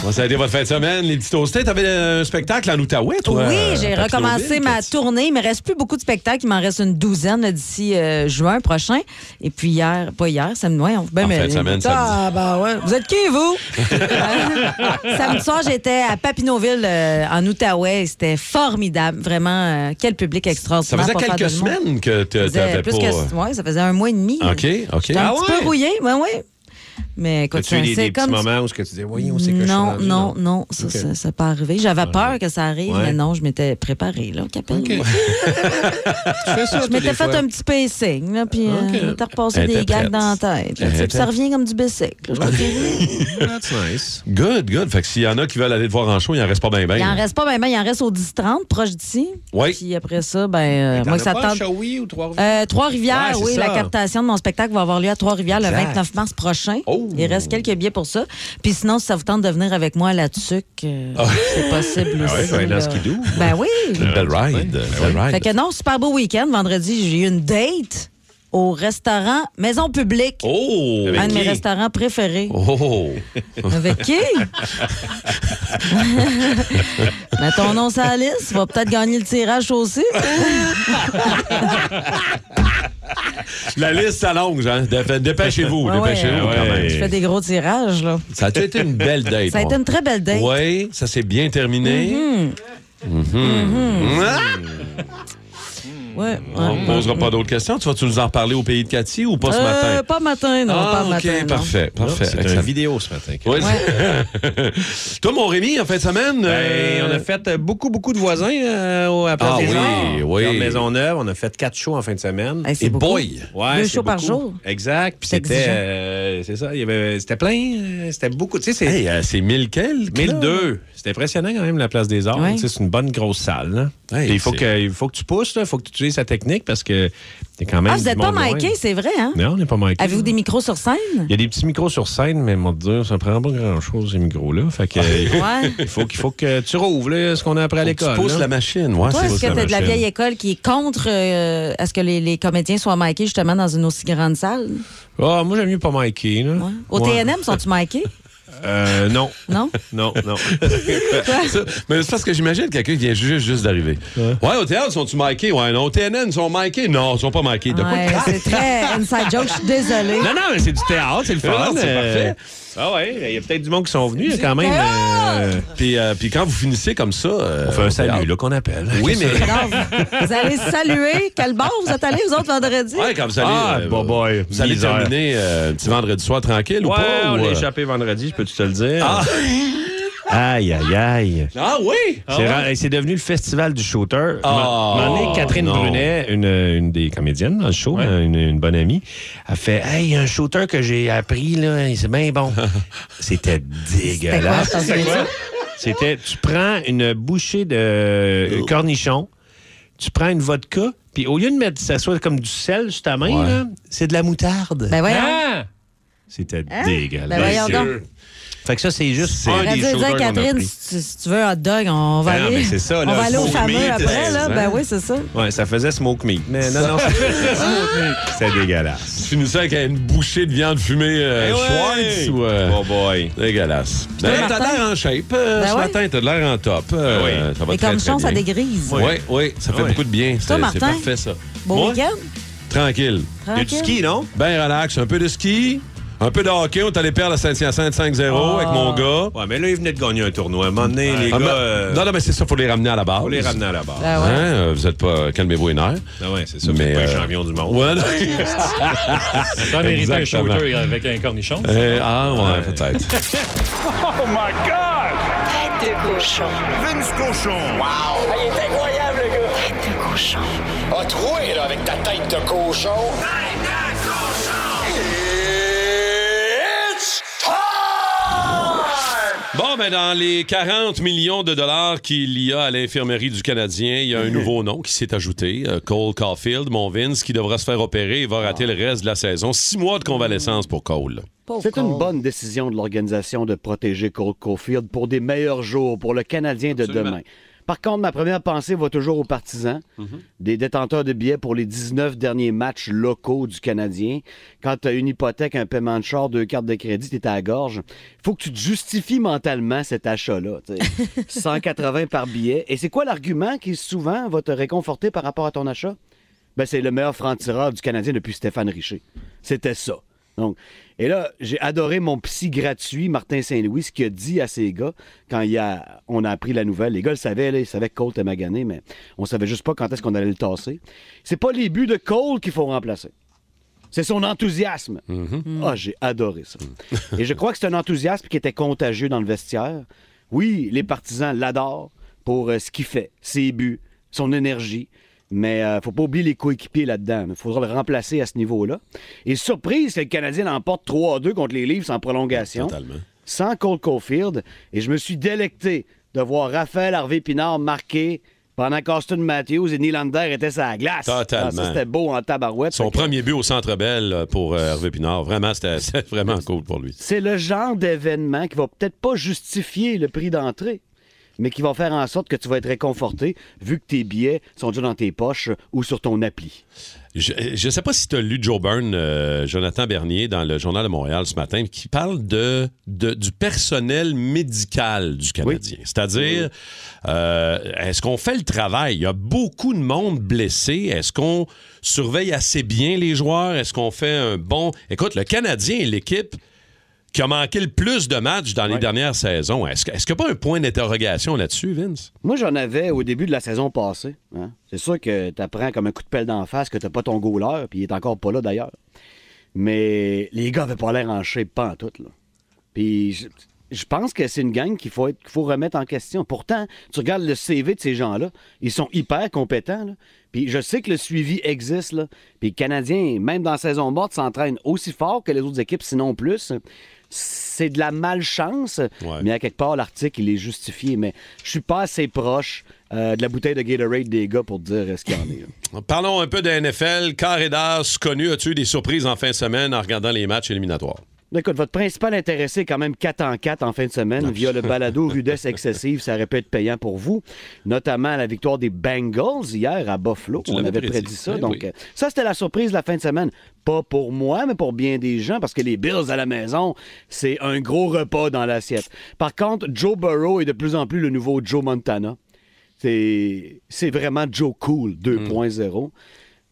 [SPEAKER 3] Bon, ça a été votre fin de semaine, les petits toastés. T'avais euh, un spectacle en Outaouais, toi? euh,
[SPEAKER 6] Oui, j'ai
[SPEAKER 3] Patrick
[SPEAKER 6] recommencé
[SPEAKER 3] Longville,
[SPEAKER 6] ma
[SPEAKER 3] Cathy?
[SPEAKER 6] tournée. Il me reste plus beaucoup de spectacles. Il m'en reste une douzaine là, d'ici euh, juin prochain. Et puis hier, pas hier, samedi, ouais, on ben,
[SPEAKER 3] En
[SPEAKER 6] mais-
[SPEAKER 3] fin de semaine,
[SPEAKER 6] Ah, ben ouais. Vous êtes qui, vous? samedi soir, j'étais à Papineauville, euh, en Outaouais. C'était formidable. Vraiment, euh, quel public
[SPEAKER 3] Ça
[SPEAKER 6] extraordinaire.
[SPEAKER 3] faisait
[SPEAKER 6] pour Ah, faire
[SPEAKER 3] quelques
[SPEAKER 6] de le monde.
[SPEAKER 3] semaines que
[SPEAKER 6] Ça
[SPEAKER 3] t'a-
[SPEAKER 6] faisait
[SPEAKER 3] t'avais pas...
[SPEAKER 6] plus que- ouais, ça faisait un mois et demi.
[SPEAKER 3] OK, OK.
[SPEAKER 6] J'étais un
[SPEAKER 2] Ah
[SPEAKER 6] petit
[SPEAKER 2] ouais?
[SPEAKER 6] peu rouillé, oui, oui. Mais écoute,
[SPEAKER 2] As-tu eu des,
[SPEAKER 6] c'est
[SPEAKER 2] des petits
[SPEAKER 6] comme
[SPEAKER 2] moments où ce que tu disais, voyons, c'est que je suis
[SPEAKER 6] non,
[SPEAKER 2] rendu,
[SPEAKER 6] non, non, ça,
[SPEAKER 2] Ok.
[SPEAKER 6] ça, ça peut arriver. J'avais peur que ça arrive,
[SPEAKER 2] Ouais.
[SPEAKER 6] mais non, je m'étais préparée, là, au capelle.
[SPEAKER 2] Tu fais ça,
[SPEAKER 6] Je
[SPEAKER 2] toi, des
[SPEAKER 6] m'étais fait
[SPEAKER 2] fois?
[SPEAKER 6] un petit pacing, là, puis euh, je m'étais repassé
[SPEAKER 3] Elle
[SPEAKER 6] des
[SPEAKER 3] était
[SPEAKER 6] gags
[SPEAKER 3] prête.
[SPEAKER 6] dans la tête. là,
[SPEAKER 3] Elle
[SPEAKER 6] tu sais,
[SPEAKER 3] était
[SPEAKER 6] puis ça
[SPEAKER 3] prête.
[SPEAKER 6] revient comme du bicycle. là, je te dirais.
[SPEAKER 2] That's nice.
[SPEAKER 3] Good, good. Fait que s'il y en a qui veulent aller te voir en show, il en reste pas bien, bien.
[SPEAKER 6] il en reste pas, ben, ben, il en reste au 10-30, proche d'ici.
[SPEAKER 3] Oui.
[SPEAKER 6] Puis après ça, ben, euh, moi, que ça
[SPEAKER 2] T'en as pas,
[SPEAKER 6] tente.
[SPEAKER 2] Shawi ou trois
[SPEAKER 6] Euh, Trois-Rivières,
[SPEAKER 2] Ouais,
[SPEAKER 6] oui,
[SPEAKER 2] c'est
[SPEAKER 6] la
[SPEAKER 2] ça.
[SPEAKER 6] captation de mon spectacle va avoir lieu à Trois-Rivières le
[SPEAKER 2] Exact.
[SPEAKER 6] 29 mars prochain.
[SPEAKER 3] Oh.
[SPEAKER 6] Il reste quelques billets pour ça. Puis sinon, si ça vous tente de venir avec moi à la tuque, euh, c'est possible
[SPEAKER 2] Ah ouais,
[SPEAKER 6] aussi,
[SPEAKER 2] je vais aller dans
[SPEAKER 6] là.
[SPEAKER 2] le skidoo.
[SPEAKER 6] Ben oui.
[SPEAKER 3] Belle ride. Belle ride.
[SPEAKER 6] Fait que non, super beau week-end. Vendredi, j'ai eu une date au restaurant Maison Publique.
[SPEAKER 3] Oh!
[SPEAKER 6] un de mes
[SPEAKER 2] qui?
[SPEAKER 6] restaurants préférés.
[SPEAKER 3] Oh!
[SPEAKER 6] Avec qui? Mets ton nom sur la liste. Tu vas peut-être gagner le tirage aussi.
[SPEAKER 3] La liste s'allonge, hein? Dép- Dépêchez-vous,
[SPEAKER 6] Ouais,
[SPEAKER 3] dépêchez-vous
[SPEAKER 6] ouais,
[SPEAKER 3] quand
[SPEAKER 6] ouais.
[SPEAKER 3] même.
[SPEAKER 2] Eh.
[SPEAKER 6] Je fais des gros tirages, là.
[SPEAKER 3] Ça a été une belle date.
[SPEAKER 6] Ça a été une très belle date. Mm-hmm.
[SPEAKER 3] Oui, ça Mm-hmm. s'est bien terminé. Mhm. Ah!
[SPEAKER 6] Ouais.
[SPEAKER 3] On ne posera pas d'autres questions. Tu vas-tu nous en parler au pays de Cathy ou pas ce
[SPEAKER 6] Euh,
[SPEAKER 3] matin?
[SPEAKER 6] Pas matin, non.
[SPEAKER 3] Ah,
[SPEAKER 6] pas
[SPEAKER 3] OK,
[SPEAKER 6] matin. non.
[SPEAKER 3] parfait. parfait
[SPEAKER 2] C'est
[SPEAKER 3] excellent.
[SPEAKER 2] une vidéo ce matin.
[SPEAKER 3] Ouais. Toi, mon Rémi, en fin de semaine.
[SPEAKER 2] Ben,
[SPEAKER 3] euh,
[SPEAKER 2] on a fait euh, beaucoup, beaucoup de voisins euh, au- à Place
[SPEAKER 3] Ah
[SPEAKER 2] des
[SPEAKER 3] oui,
[SPEAKER 2] Arts.
[SPEAKER 3] oui.
[SPEAKER 2] Dans Maisonneuve, on a fait quatre shows en fin de semaine.
[SPEAKER 6] Hey, c'est
[SPEAKER 3] Et
[SPEAKER 6] beaucoup.
[SPEAKER 3] boy!
[SPEAKER 2] Ouais,
[SPEAKER 6] Deux
[SPEAKER 2] c'est
[SPEAKER 6] shows par
[SPEAKER 2] beaucoup.
[SPEAKER 6] jour.
[SPEAKER 2] Exact. Puis
[SPEAKER 6] C'est
[SPEAKER 2] c'était.
[SPEAKER 6] exigeant.
[SPEAKER 2] euh, c'est ça. il y avait- C'était plein. euh, C'était beaucoup. Tu sais, c'est.
[SPEAKER 3] Hey, euh, c'est 1000 quels?
[SPEAKER 2] 1002. C'est impressionnant quand même, la place des arts.
[SPEAKER 6] Ouais.
[SPEAKER 2] Tu sais, C'est une bonne grosse salle. là.
[SPEAKER 3] Hey,
[SPEAKER 2] Puis il, faut
[SPEAKER 3] c'est-
[SPEAKER 2] que, il faut que tu pousses, il faut que tu utilises ta technique parce que t'es quand même.
[SPEAKER 6] Ah, vous
[SPEAKER 2] du
[SPEAKER 6] n'êtes pas
[SPEAKER 2] monde loin.
[SPEAKER 6] Mikey, c'est vrai, hein?
[SPEAKER 2] Non, on n'est pas Mikey.
[SPEAKER 6] Avez-vous des micros sur scène?
[SPEAKER 2] Il y a des petits micros sur scène, mais mon Dieu, ça prend pas grand-chose, ces micros-là. Fait que. euh,
[SPEAKER 6] Ouais.
[SPEAKER 2] Il faut, qu'il faut que tu rouvres là, ce qu'on a appris à
[SPEAKER 3] Faut que
[SPEAKER 2] l'école.
[SPEAKER 3] Tu pousses
[SPEAKER 2] là.
[SPEAKER 3] la machine. Ouais,
[SPEAKER 6] Toi,
[SPEAKER 3] c'est
[SPEAKER 6] est-ce
[SPEAKER 3] ça,
[SPEAKER 6] que tu
[SPEAKER 3] la
[SPEAKER 6] de la
[SPEAKER 3] machine.
[SPEAKER 6] vieille école qui est contre euh, à ce que les, les comédiens soient mikés justement dans une aussi grande salle?
[SPEAKER 2] Ah, moi, j'aime mieux pas Mikey. Là.
[SPEAKER 6] Ouais. Au
[SPEAKER 2] Ouais.
[SPEAKER 6] TNM, sont-tu mikés?
[SPEAKER 2] Euh, non.
[SPEAKER 6] Non?
[SPEAKER 2] Non, non.
[SPEAKER 3] Ça, Mais c'est parce que j'imagine quelqu'un qui vient juste, juste d'arriver. Ouais. au théâtre, sont-tu Mikey? Ouais, non. Au TNN, ils sont Mikey? Non, ils sont pas Mikey. De quoi
[SPEAKER 6] Ouais,
[SPEAKER 3] tu parles?
[SPEAKER 6] c'est très inside joke, je suis désolée.
[SPEAKER 2] non, non, mais c'est du théâtre, c'est le fun.
[SPEAKER 3] Non, c'est
[SPEAKER 2] euh,
[SPEAKER 3] parfait.
[SPEAKER 2] Ah ouais, il y a peut-être du monde qui sont venus là, quand même. euh,
[SPEAKER 3] Puis, euh, puis quand vous finissez comme ça. euh,
[SPEAKER 2] on fait un
[SPEAKER 3] au
[SPEAKER 2] salut
[SPEAKER 3] théâtre-
[SPEAKER 2] là, qu'on appelle.
[SPEAKER 3] Oui, mais.
[SPEAKER 6] Non, vous, vous allez saluer. Quel bar vous êtes allés, vous autres, vendredi?
[SPEAKER 3] Ouais, quand vous allez.
[SPEAKER 2] Ah,
[SPEAKER 3] euh,
[SPEAKER 2] bah, boy,
[SPEAKER 3] vous allez
[SPEAKER 2] misère.
[SPEAKER 3] terminer euh, un petit vendredi soir tranquille ou
[SPEAKER 2] Ouais,
[SPEAKER 3] pas?
[SPEAKER 2] on
[SPEAKER 3] ou,
[SPEAKER 2] l'a
[SPEAKER 3] euh,
[SPEAKER 2] échappé vendredi, je peux-tu te le dire?
[SPEAKER 3] Ah.
[SPEAKER 2] Aïe, aïe, aïe.
[SPEAKER 3] Ah oui!
[SPEAKER 2] C'est ra- c'est devenu le festival du shooter.
[SPEAKER 3] Ah,
[SPEAKER 2] Ma- M'en est Catherine
[SPEAKER 3] non.
[SPEAKER 2] Brunet, une, une des comédiennes dans le show, une, une bonne amie, a fait Hey, il y a un shooter que j'ai appris, là, et c'est bien bon. C'était dégueulasse.
[SPEAKER 6] C'était quoi,
[SPEAKER 2] C'était quoi? C'était tu prends une bouchée
[SPEAKER 3] Oh.
[SPEAKER 2] de euh, cornichon, tu prends une vodka, puis au lieu de mettre ça soit comme du sel sur ta main,
[SPEAKER 3] Ouais.
[SPEAKER 2] là, c'est de la moutarde.
[SPEAKER 6] Ben voyons.
[SPEAKER 4] Ah!
[SPEAKER 2] C'était
[SPEAKER 6] Hein?
[SPEAKER 2] dégueulasse.
[SPEAKER 6] Ben voyons donc.
[SPEAKER 2] Fait que ça, c'est juste un
[SPEAKER 6] J'aurais
[SPEAKER 2] Ah, des
[SPEAKER 6] dû dire,
[SPEAKER 2] shooters qu'on a
[SPEAKER 6] Catherine,
[SPEAKER 2] pris.
[SPEAKER 6] si tu, si tu veux un hot dog, on va
[SPEAKER 2] Ah,
[SPEAKER 6] aller.
[SPEAKER 2] mais c'est ça, là,
[SPEAKER 6] on va aller au
[SPEAKER 2] smoke
[SPEAKER 6] fameux
[SPEAKER 2] meat,
[SPEAKER 6] après, là.
[SPEAKER 2] hein.
[SPEAKER 6] Ben oui, c'est ça.
[SPEAKER 2] Ouais, ça faisait smoke meat. Mais non, non, ça faisait smoke meat. C'était dégueulasse.
[SPEAKER 3] Tu finissais avec une bouchée de viande fumée euh,
[SPEAKER 2] Eh ouais!
[SPEAKER 3] Schwartz ou. euh,
[SPEAKER 2] Oh boy.
[SPEAKER 3] Dégueulasse. Ben, t'as l'air en shape. euh,
[SPEAKER 6] Ben
[SPEAKER 3] ce
[SPEAKER 6] ouais.
[SPEAKER 3] matin, t'as de l'air en top. Euh,
[SPEAKER 2] Ben
[SPEAKER 3] Ça va
[SPEAKER 6] Les
[SPEAKER 3] très,
[SPEAKER 6] cornichons,
[SPEAKER 3] très
[SPEAKER 6] ça
[SPEAKER 3] bien.
[SPEAKER 6] dégrise.
[SPEAKER 3] Oui, oui, ça fait
[SPEAKER 2] Ouais.
[SPEAKER 3] beaucoup de bien. C'est c'est
[SPEAKER 6] Martin?
[SPEAKER 3] parfait, ça.
[SPEAKER 6] Beau
[SPEAKER 3] Moi,
[SPEAKER 6] week-end.
[SPEAKER 3] Tranquille.
[SPEAKER 2] Il y a du
[SPEAKER 6] tranquille.
[SPEAKER 2] ski, non?
[SPEAKER 3] Ben relax, un peu de ski, un peu de hockey. On est allé perdre à Saint-Hyacinthe 5-0 avec mon gars.
[SPEAKER 2] Ouais, mais là, il venait de gagner un tournoi. À un moment donné, les gars,
[SPEAKER 3] Ah, ben,
[SPEAKER 2] euh,
[SPEAKER 3] Non, non, mais c'est ça, faut les ramener à la base.
[SPEAKER 2] faut les ramener à la barre.
[SPEAKER 6] Ben ouais.
[SPEAKER 3] Hein, euh, vous êtes pas... Calmez-vous les nerfs.
[SPEAKER 2] Ah ouais, c'est ça.
[SPEAKER 3] Mais,
[SPEAKER 2] Mais pas
[SPEAKER 3] euh,
[SPEAKER 2] un champion du monde.
[SPEAKER 3] Ouais, non.
[SPEAKER 4] Ça mérite un
[SPEAKER 3] Exactement.
[SPEAKER 4] shooter avec un cornichon.
[SPEAKER 3] Euh, ah, ouais, peut-être.
[SPEAKER 1] Tête de cochon.
[SPEAKER 9] Vince Cochon.
[SPEAKER 10] Ah, il est incroyable, le gars!
[SPEAKER 1] Tête de cochon.
[SPEAKER 10] A troué, là, avec ta tête de cochon. Tête de cochon! It's time!
[SPEAKER 3] Bon, ben dans les 40 millions de dollars qu'il y a à l'infirmerie du Canadien, il y a un nouveau nom qui s'est ajouté, euh, Cole Caulfield, mon Vince, qui devra se faire opérer et va rater le reste de la saison. Six mois de convalescence pour Cole.
[SPEAKER 6] Pauvre
[SPEAKER 9] C'est
[SPEAKER 6] con.
[SPEAKER 9] une bonne décision de l'organisation de protéger Cole Caulfield pour des meilleurs jours pour le Canadien de demain. Par contre, ma première pensée va toujours aux partisans, des détenteurs de billets pour les 19 derniers matchs locaux du Canadien. Quand tu as une hypothèque, un paiement de char, deux cartes de crédit, t'es à la gorge. faut que tu te justifies mentalement cet achat-là. tu sais. 180 par billet. Et c'est quoi l'argument qui souvent va te réconforter par rapport à ton achat? Ben, c'est le meilleur franc-tireur du Canadien depuis Stéphane Richer. C'était ça. Donc, et là, j'ai adoré mon psy gratuit, Martin Saint-Louis, ce qu'il a dit à ses gars quand il a, on a appris la nouvelle. Les gars le savaient, là, ils savaient que Cole était magané, mais on savait juste pas quand est-ce qu'on allait le tasser. C'est pas les buts de Cole qu'il faut remplacer. C'est son enthousiasme.
[SPEAKER 3] Mm-hmm.
[SPEAKER 9] Ah, j'ai adoré ça. Et je crois que c'est un enthousiasme qui était contagieux dans le vestiaire. Oui, les partisans l'adorent pour euh, ce qu'il fait, ses buts, son énergie. Mais euh, faut pas oublier les coéquipiers là-dedans. Il faudra le remplacer à ce niveau-là. Et surprise que le Canadien l'emporte 3-2 contre les Leafs en prolongation.
[SPEAKER 3] Totalement.
[SPEAKER 9] Sans Cole Caulfield. Et je me suis délecté de voir Raphaël Harvey Pinard marquer pendant qu'Austin Matthews et Nylander étaient sur la glace.
[SPEAKER 3] Totalement.
[SPEAKER 9] Ah, ça, c'était beau en tabarouette.
[SPEAKER 3] Son
[SPEAKER 9] Fait que-
[SPEAKER 3] premier but au Centre Bell euh, pour euh, Hervé Pinard, vraiment, c'était c'était vraiment cool pour lui.
[SPEAKER 9] C'est le genre d'événement qui va peut-être pas justifier le prix d'entrée, mais qui va faire en sorte que tu vas être réconforté vu que tes billets sont déjà dans tes poches ou sur ton appli.
[SPEAKER 3] Je ne sais pas si tu as lu Joe Byrne, euh, Jonathan Bernier, dans le Journal de Montréal ce matin, qui parle de, de- du personnel médical du Canadien. C'est-à-dire, euh, est-ce qu'on fait le travail? Il y a beaucoup de monde blessé. Est-ce qu'on surveille assez bien les joueurs? Est-ce qu'on fait un bon... Écoute, le Canadien et l'équipe qui a manqué le plus de matchs dans les dernières saisons. Est-ce que- est-ce qu'il n'y a pas un point d'interrogation là-dessus, Vince?
[SPEAKER 9] Moi, j'en avais au début de la saison passée. hein. C'est sûr que tu apprends comme un coup de pelle d'en face que tu pas ton goaler, puis il est encore pas là d'ailleurs. Mais les gars n'avaient pas l'air en shape pas en tout. Là. Puis je, je pense que c'est une gang qu'il faut, être- qu'il faut remettre en question. Pourtant, tu regardes le CV de ces gens-là, ils sont hyper compétents. là. Puis je sais que le suivi existe. Là. Puis les Canadiens, même dans la saison morte, s'entraînent aussi fort que les autres équipes, sinon plus. C'est de la malchance, mais à quelque part, l'article, il est justifié. Mais je suis pas assez proche euh, de la bouteille de Gatorade des gars pour dire euh, ce qu'il y en est. là.
[SPEAKER 3] Parlons un peu de NFL. Carredas, connu, as-tu eu des surprises en fin de semaine en regardant les matchs éliminatoires?
[SPEAKER 9] Écoute, votre principal intéressé est quand même 4 en 4 en fin de semaine via le balado rudesse excessive. Ça aurait pu être payant pour vous, notamment la victoire des Bengals hier à Buffalo.
[SPEAKER 3] Tu
[SPEAKER 9] On
[SPEAKER 3] l'avais
[SPEAKER 9] avait
[SPEAKER 3] prédit.
[SPEAKER 9] prédit, ça.
[SPEAKER 3] Ben
[SPEAKER 9] donc,
[SPEAKER 3] oui.
[SPEAKER 9] euh, ça, c'était la surprise de la fin de semaine. Pas pour moi, mais pour bien des gens, parce que les Bills à la maison, c'est un gros repas dans l'assiette. Par contre, Joe Burrow est de plus en plus le nouveau Joe Montana. C'est c'est vraiment Joe
[SPEAKER 3] Hmm.
[SPEAKER 9] Cool 2.0.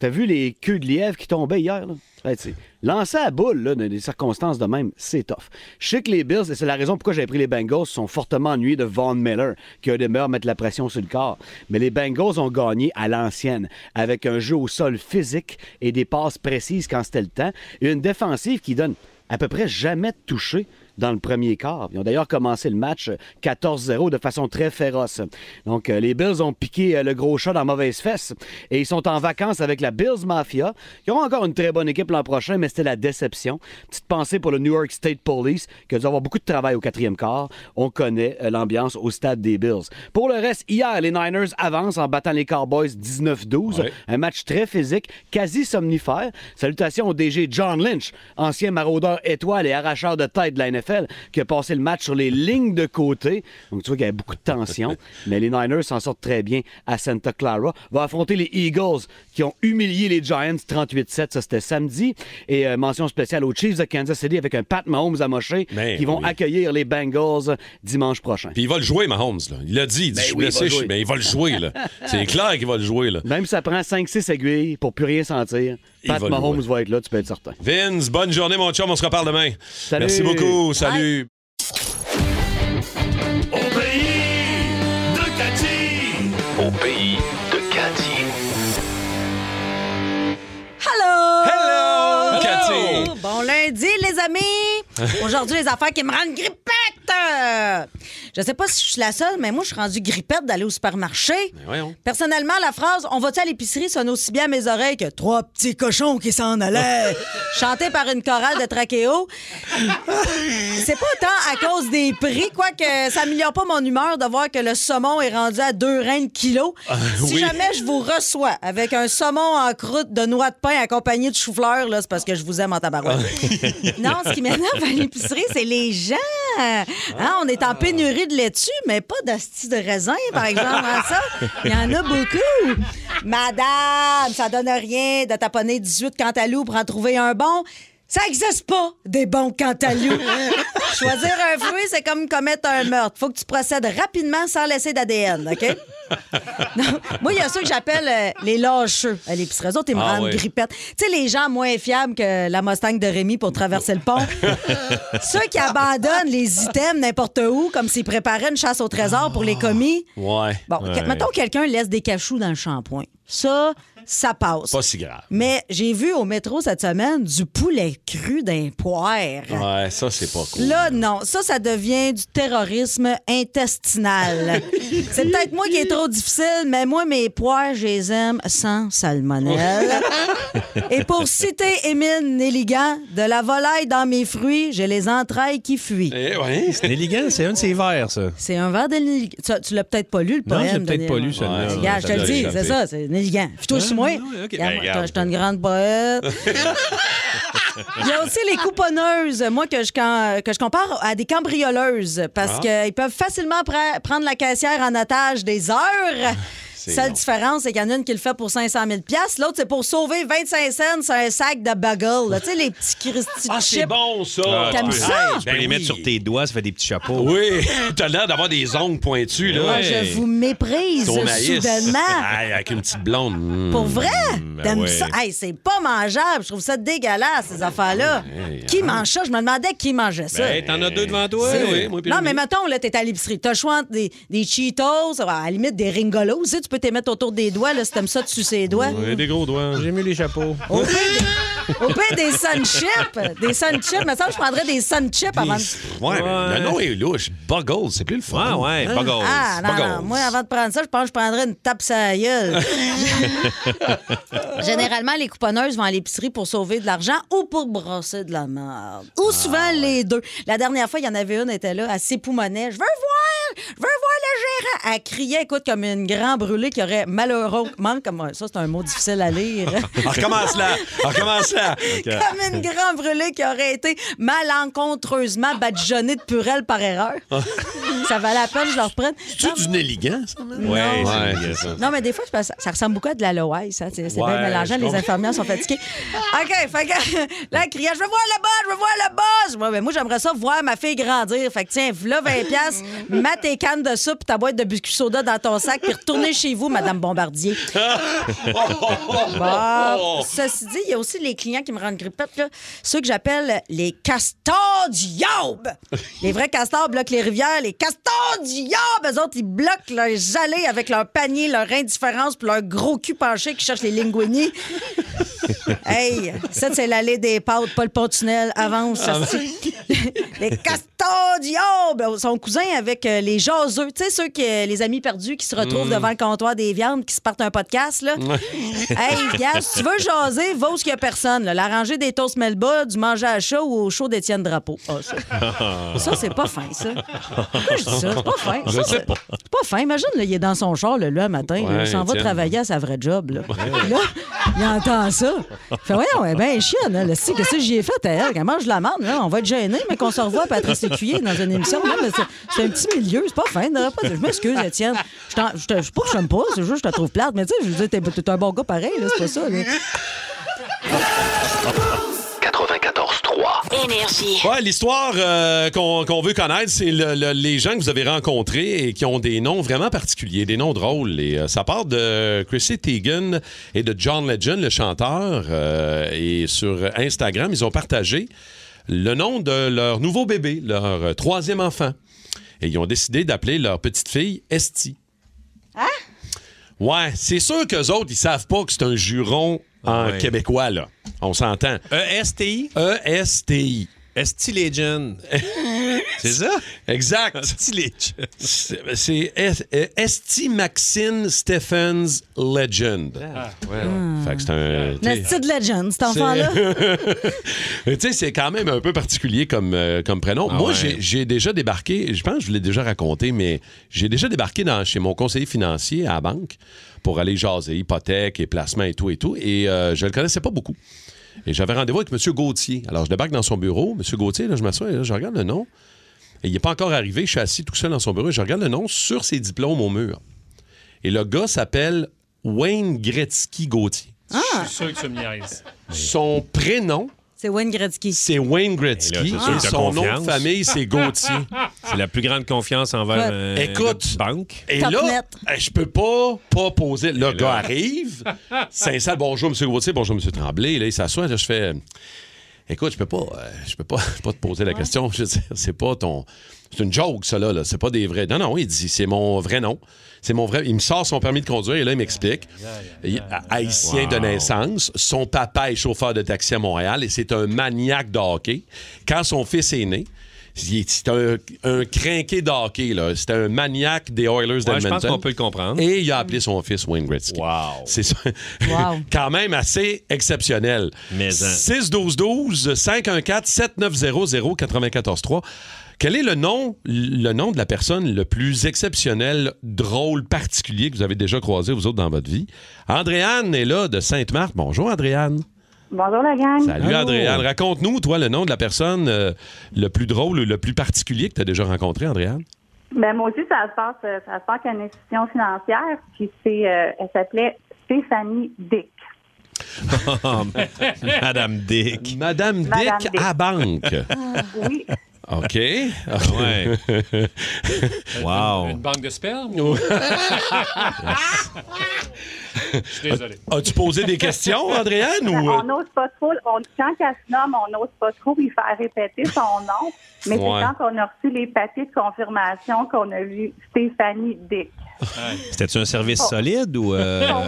[SPEAKER 9] T'as vu les queues de lièvre qui tombaient hier? Là? Hey, tu sais, lancer à boule là, dans des circonstances de même, c'est tough. Je sais que les Bills, et c'est la raison pourquoi j'avais pris les Bengals, sont fortement ennuyés de Von Miller, qui a des meilleurs à mettre la pression sur le corps. Mais les Bengals ont gagné à l'ancienne, avec un jeu au sol physique et des passes précises quand c'était le temps, et une défensive qui donne à peu près jamais touché dans le premier quart. Ils ont d'ailleurs commencé le match 14-0 de façon très féroce. Donc, euh, les Bills ont piqué euh, le gros chat dans mauvaise fesse et ils sont en vacances avec la Bills Mafia. Ils auront encore une très bonne équipe l'an prochain, mais c'était la déception. Petite pensée pour le New York State Police, qui a dû avoir beaucoup de travail au quatrième quart. On connaît euh, l'ambiance au stade des Bills. Pour le reste, hier, les Niners avancent en battant les Cowboys 19-12. Un match très physique, quasi somnifère. Salutations au DG John Lynch, ancien maraudeur étoile et arracheur de tête de la NFL, qui a passé le match sur les lignes de côté. Donc tu vois qu'il y a beaucoup de tension, mais les Niners s'en sortent très bien à Santa Clara. Va affronter les Eagles, qui ont humilié les Giants 38-7, ça c'était samedi. Et euh, mention spéciale aux Chiefs de Kansas City avec un Pat Mahomes amoché,
[SPEAKER 3] Ben
[SPEAKER 9] qui vont
[SPEAKER 3] oui.
[SPEAKER 9] accueillir les Bengals dimanche prochain.
[SPEAKER 3] Puis il va le jouer, Mahomes. Là. Il l'a dit, il dit,
[SPEAKER 9] Ben
[SPEAKER 3] je suis
[SPEAKER 9] oui, il va
[SPEAKER 3] blessé,
[SPEAKER 9] le
[SPEAKER 3] je-
[SPEAKER 9] jouer.
[SPEAKER 3] mais il va le jouer. là. C'est clair qu'il va le jouer. Là.
[SPEAKER 9] Même si ça prend 5-6 aiguilles pour plus rien sentir,
[SPEAKER 3] Il
[SPEAKER 9] Pat
[SPEAKER 3] va le
[SPEAKER 9] Mahomes va être là, tu peux être certain.
[SPEAKER 3] Vince, bonne journée, mon chum. On se reparle demain. Merci beaucoup. Salut.
[SPEAKER 10] Au pays de Cathy. Au pays de Cathy.
[SPEAKER 6] Hello!
[SPEAKER 10] Hello! Cathy!
[SPEAKER 6] Bon lundi, les amis! Aujourd'hui, les affaires qui me rendent grippette! Euh, Je sais pas si je suis la seule, mais moi, je suis rendue grippette d'aller au supermarché.
[SPEAKER 3] voyons.
[SPEAKER 6] Personnellement, la phrase On va-tu à l'épicerie sonne aussi bien à mes oreilles que Trois petits cochons qui s'en allaient, chantée par une chorale de trachéo. C'est pas tant à cause des prix, quoique ça améliore pas mon humeur de voir que le saumon est rendu à deux reins le kilo.
[SPEAKER 11] Ah,
[SPEAKER 6] si
[SPEAKER 11] oui.
[SPEAKER 6] jamais je vous reçois avec un saumon en croûte de noix de pain accompagné de chou-fleur, là, c'est parce que je vous aime en tabarouette.
[SPEAKER 11] Ah,
[SPEAKER 6] non, ce qui m'énerve à l'épicerie, c'est les gens. Hein, on est en pénurie de laitue, mais pas d'astis de raisin, par exemple. hein, ça, il y en a beaucoup. Madame, ça donne rien de taponner 18 cantaloups pour en trouver un bon. Ça n'existe pas, des bons cantaloups. Choisir un fruit, c'est comme commettre un meurtre. Faut que tu procèdes rapidement sans laisser d'ADN, OK? Non, moi, il y a ceux que j'appelle euh, les lâcheux à l'épicerie. Eux autres, ils me
[SPEAKER 11] Ah
[SPEAKER 6] rendent
[SPEAKER 11] oui.
[SPEAKER 6] grippette. Tu sais, les gens moins fiables que la Mustang de Rémi pour traverser le pont. Ceux qui abandonnent les items n'importe où, comme s'ils préparaient une chasse au trésor pour les commis.
[SPEAKER 3] Ouais.
[SPEAKER 6] Bon, que-
[SPEAKER 3] Ouais.
[SPEAKER 6] mettons que quelqu'un laisse des cachous dans le shampoing. Ça, ça passe.
[SPEAKER 3] Pas si grave.
[SPEAKER 6] Mais j'ai vu au métro cette semaine du poulet cru d'un poire.
[SPEAKER 3] Ouais, ça, c'est pas cool.
[SPEAKER 6] Là, non. Ça, ça devient du terrorisme intestinal. C'est peut-être moi qui est trop difficile, mais moi, mes poires, je les aime sans salmonelle. Et pour citer Émile Nelligan, de la volaille dans mes fruits, j'ai les entrailles qui fuient.
[SPEAKER 3] Eh
[SPEAKER 2] C'est élégant, c'est un de ses verres, ça.
[SPEAKER 6] C'est un verre de Nelligan. Tu, tu l'as peut-être pas lu, le
[SPEAKER 2] Non,
[SPEAKER 6] poème.
[SPEAKER 2] je l'ai
[SPEAKER 6] de
[SPEAKER 2] peut-être pas
[SPEAKER 6] Nelligan.
[SPEAKER 2] lu, celui-là.
[SPEAKER 6] Ouais, regarde, je te le
[SPEAKER 2] Ça
[SPEAKER 6] dis,
[SPEAKER 2] doit
[SPEAKER 6] c'est
[SPEAKER 2] échapper.
[SPEAKER 6] ça, c'est Nelligan. Fais-toi
[SPEAKER 2] Ah,
[SPEAKER 6] sur moi.
[SPEAKER 2] oui, oui, ok. Ben,
[SPEAKER 6] Regarde, moi,
[SPEAKER 2] regarde.
[SPEAKER 6] Je suis une grande poète. Il y a aussi les couponneuses, moi, que je, can- que je compare à des cambrioleuses parce
[SPEAKER 11] Ah.
[SPEAKER 2] Ah,
[SPEAKER 6] qu'ils peuvent facilement pre- prendre la caissière en otage des heures.
[SPEAKER 3] c'est
[SPEAKER 6] Seule
[SPEAKER 3] long.
[SPEAKER 6] différence, c'est qu'il y en a une qui le fait pour 500 000 L'autre, c'est pour sauver 25 cents sur un sac de bagel. là. Tu sais, les petits Christy
[SPEAKER 3] Ah, c'est
[SPEAKER 6] chips.
[SPEAKER 3] bon, ça! Ben
[SPEAKER 2] Ah,
[SPEAKER 6] T'aimes
[SPEAKER 2] tu peux-
[SPEAKER 6] ça?
[SPEAKER 2] Tu peux les mettre sur tes doigts, ça fait des petits chapeaux.
[SPEAKER 3] Oui, t'as l'air d'avoir des ongles pointus, là.
[SPEAKER 6] Ah, je vous méprise
[SPEAKER 3] Ton maïs.
[SPEAKER 6] soudainement.
[SPEAKER 3] Aïe, avec une petite blonde. Mm.
[SPEAKER 6] Pour vrai?
[SPEAKER 3] Ben
[SPEAKER 6] T'aimes
[SPEAKER 3] ouais.
[SPEAKER 6] ça? Hey, c'est pas mangeable. Je trouve ça dégueulasse, ces affaires-là.
[SPEAKER 3] hey,
[SPEAKER 6] qui mange ça? Je me demandais qui mangeait ça.
[SPEAKER 2] Ben, t'en as deux devant toi.
[SPEAKER 6] C'est-
[SPEAKER 2] oui, moi puis
[SPEAKER 6] non,
[SPEAKER 2] lui.
[SPEAKER 6] mais mettons, là, t'es à l'épicerie. T'as le choix entre des, des Cheetos, à la limite des Ringolos. aussi. Tu peux te mettre autour des doigts, là, si t'aimes ça, tu ses doigts.
[SPEAKER 3] Ouais, des gros doigts.
[SPEAKER 2] J'ai mis les chapeaux.
[SPEAKER 6] Au pire, des- au pire, des Sun Chips. Des Sun Chips. Mais ça, je prendrais des Sun Chips avant de...
[SPEAKER 3] Ouais, mais le nom est louche. Buggles, c'est plus le fun.
[SPEAKER 2] Ouais, ouais, Buggles.
[SPEAKER 6] Ah, non, non. Moi, avant de prendre ça, je pense que je prendrais une tape sa gueule. Généralement, les couponneuses vont à l'épicerie pour sauver de l'argent ou pour brasser de la merde. Ou souvent les deux. La dernière fois, il y en avait une, elle était là, elle s'époumonait. Je veux voir! Je veux voir le gérant! Elle criait, écoute, comme une grande brûlée qui aurait malheureusement, comme ça, c'est un mot difficile à lire.
[SPEAKER 3] On recommence là. On recommence là.
[SPEAKER 6] comme une grande brûlée qui aurait été malencontreusement badigeonnée de purelle par erreur. ça valait la peine, je leur prenne. Non,
[SPEAKER 3] C'est du Nelligan, ça? man?
[SPEAKER 6] Non.
[SPEAKER 2] Ouais,
[SPEAKER 3] Ouais,
[SPEAKER 2] c'est bien ça.
[SPEAKER 6] non, mais des fois, c'est parce que ça, ça ressemble beaucoup à de l'aloe, ça. C'est c'est
[SPEAKER 2] Ouais,
[SPEAKER 6] bien mélangeant.
[SPEAKER 2] je
[SPEAKER 6] Les
[SPEAKER 2] comprends.
[SPEAKER 6] infirmières sont fatiguées. OK, fait que là, elle criait Je veux voir le boss, je veux voir le boss. Ouais, mais moi, j'aimerais ça voir ma fille grandir. Fait que tiens, v'là 20$, mets tes cannes de soupe, ta boîte de biscuits soda dans ton sac, puis retournez chez vous, Madame Bombardier. Bon, ceci dit, il y a aussi les clients qui me rendent grippette, là. ceux que j'appelle les castors du yob. Les vrais castors bloquent les rivières, les castors du yob, eux autres, ils bloquent leurs allées avec leur panier, leur indifférence, puis leur gros cul penché qui cherche les linguinis. Hey, ça, c'est l'allée des pâtes, pas le pont-tunnel. Avance, ça Les castors du yob, son cousin avec euh, les jaseux, tu sais, ceux qui, euh, les amis perdus qui se retrouvent
[SPEAKER 11] Mm.
[SPEAKER 6] devant le comptoir des viandes, qui se partent un podcast, là. Hey, gars, si tu veux jaser, va où il n'y a personne. Là. La rangée des toasts Melba, du manger à chaud ou au chaud d'Étienne Drapeau. Ah, ça, ça, c'est pas fin, ça. Pourquoi je dis ça? C'est pas fin.
[SPEAKER 11] Je
[SPEAKER 6] Ça,
[SPEAKER 11] sais
[SPEAKER 6] c'est- c'est pas fin. Imagine, là, il est dans son char le lundi matin. là,
[SPEAKER 11] Ouais,
[SPEAKER 6] il s'en va
[SPEAKER 11] Étienne.
[SPEAKER 6] travailler à sa vraie job. Là, Puis là, il entend ça. Il fait Voyons, elle est bien chienne. hein, le style. Qu'est-ce que j'y ai fait à elle? Qu'elle mange de la merde. là? On va être gêné, mais qu'on se revoit à Patrice Écuyer dans une émission. Non, mais c'est- C'est un petit milieu. C'est pas fin. non, pas- Je m'excuse, Étienne. Je t'en- je te- je sais pas que je t'aime pas. C'est juste que je te trouve plate. Mais tu sais, je veux dire, t'es- t'es un bon gars pareil. là, C'est pas ça. là.
[SPEAKER 1] 94.3. Énergie.
[SPEAKER 3] Ouais, l'histoire euh, qu'on qu'on veut connaître, c'est le- le- les gens que vous avez rencontrés et qui ont des noms vraiment particuliers, des noms drôles. Et, euh, ça part de Chrissy Teigen et de John Legend, le chanteur. euh, et sur Instagram, ils ont partagé le nom de leur nouveau bébé, leur euh, troisième enfant. Et ils ont décidé d'appeler leur petite fille Estie. Ouais, c'est sûr qu'eux autres, ils savent pas que c'est un juron en
[SPEAKER 2] Ah Ouais. E
[SPEAKER 3] québécois, là. On s'entend. E
[SPEAKER 2] E-S-T-I?
[SPEAKER 3] E-S-T-I.
[SPEAKER 2] Esti Legend. C'est ça?
[SPEAKER 3] Exact.
[SPEAKER 2] Esti Legend.
[SPEAKER 3] C'est c'est S- euh, Esti Maxine Stephens Legend.
[SPEAKER 6] Ah,
[SPEAKER 3] ouais.
[SPEAKER 6] Hmm.
[SPEAKER 3] Fait que c'est un.
[SPEAKER 6] Le
[SPEAKER 3] t'sais,
[SPEAKER 6] style legend, cet
[SPEAKER 3] c'est-
[SPEAKER 6] enfant-là.
[SPEAKER 3] Mais tu sais, c'est quand même un peu particulier comme, euh, comme prénom.
[SPEAKER 2] Ah
[SPEAKER 3] Moi,
[SPEAKER 2] ouais.
[SPEAKER 3] j'ai- j'ai déjà débarqué, je pense que je l'ai déjà raconté, mais j'ai déjà débarqué dans, chez mon conseiller financier à la banque pour aller jaser hypothèque et placement et tout et tout. Et euh, je le connaissais pas beaucoup. Et j'avais rendez-vous avec M. Gauthier. Alors, je débarque dans son bureau. M. Gauthier, là, je m'assois et là, je regarde le nom. Et il n'est pas encore arrivé. Je suis assis tout seul dans son bureau et je regarde le nom sur ses diplômes au mur. Et le gars s'appelle Wayne Gretzky Gauthier.
[SPEAKER 4] Je suis sûr que tu me niaises.
[SPEAKER 3] Son prénom.
[SPEAKER 6] C'est Wayne Gretzky.
[SPEAKER 3] C'est Wayne Gretzky.
[SPEAKER 2] Ben c'est sûr
[SPEAKER 3] Et
[SPEAKER 2] que t'as
[SPEAKER 3] son nom de
[SPEAKER 2] confiance.
[SPEAKER 3] famille, c'est Gauthier.
[SPEAKER 2] C'est la plus grande confiance envers
[SPEAKER 3] Ouais.
[SPEAKER 2] euh,
[SPEAKER 3] Écoute,
[SPEAKER 2] notre banque.
[SPEAKER 3] Et là, eh, je peux pas, pas poser. Le gars arrive, s'installe. Bonjour, M. Gauthier. Bonjour, M. Tremblay. Là, il s'assoit. Là, je fais. Écoute, je peux pas, euh, je peux pas, pas te poser la question. Je veux dire, c'est pas ton. C'est une joke, ça, là. là. C'est pas des vrais. Non, non, il dit, c'est mon vrai nom. C'est mon vrai. Il me sort son permis de conduire et là, il m'explique. ah, Il- Haïtien de
[SPEAKER 2] Wow.
[SPEAKER 3] naissance. Son papa est chauffeur de taxi à Montréal et c'est un maniaque de hockey. Quand son fils est né, il est- c'est un, un crinqué de hockey, là. C'est un maniaque des Oilers
[SPEAKER 2] Ouais,
[SPEAKER 3] d'Edmonton.
[SPEAKER 2] je pense qu'on peut le comprendre.
[SPEAKER 3] Et il a appelé son fils Wayne Gretzky. Wow. C'est ça.
[SPEAKER 2] Wow.
[SPEAKER 3] quand même assez exceptionnel.
[SPEAKER 2] Mais, hein.
[SPEAKER 3] 6-12-12, 514-7900-943. Quel est le nom, le nom de la personne le plus exceptionnel, drôle, particulier que vous avez déjà croisé, vous autres, dans votre vie? Andréanne est là, de Sainte-Marthe. Bonjour, Andréanne.
[SPEAKER 12] Bonjour la gang.
[SPEAKER 3] Salut, Andréanne. Raconte-nous, toi, le nom de la personne euh, le plus drôle ou le plus particulier que tu as déjà rencontré, Andréanne.
[SPEAKER 11] Ben, moi aussi, ça se passe, euh, ça se passe à une institution financière, puis c'est, euh, elle s'appelait Stéphanie Dick.
[SPEAKER 2] Madame Dick.
[SPEAKER 3] Madame Dick
[SPEAKER 11] Madame Dick.
[SPEAKER 3] à banque.
[SPEAKER 11] Oui,
[SPEAKER 3] OK. Ouais. wow.
[SPEAKER 4] Une banque de sperme? Je suis désolé.
[SPEAKER 3] As-tu posé des questions, Andréane? Ou... euh?
[SPEAKER 11] on n'ose pas trop, on, quand qu'elle se nomme, on n'ose pas trop lui faire répéter son nom, mais
[SPEAKER 2] Ouais.
[SPEAKER 11] c'est quand on a reçu les papiers de confirmation qu'on a vu Stéphanie Dick.
[SPEAKER 2] C'était-tu un service
[SPEAKER 11] Oh.
[SPEAKER 2] solide ou. euh,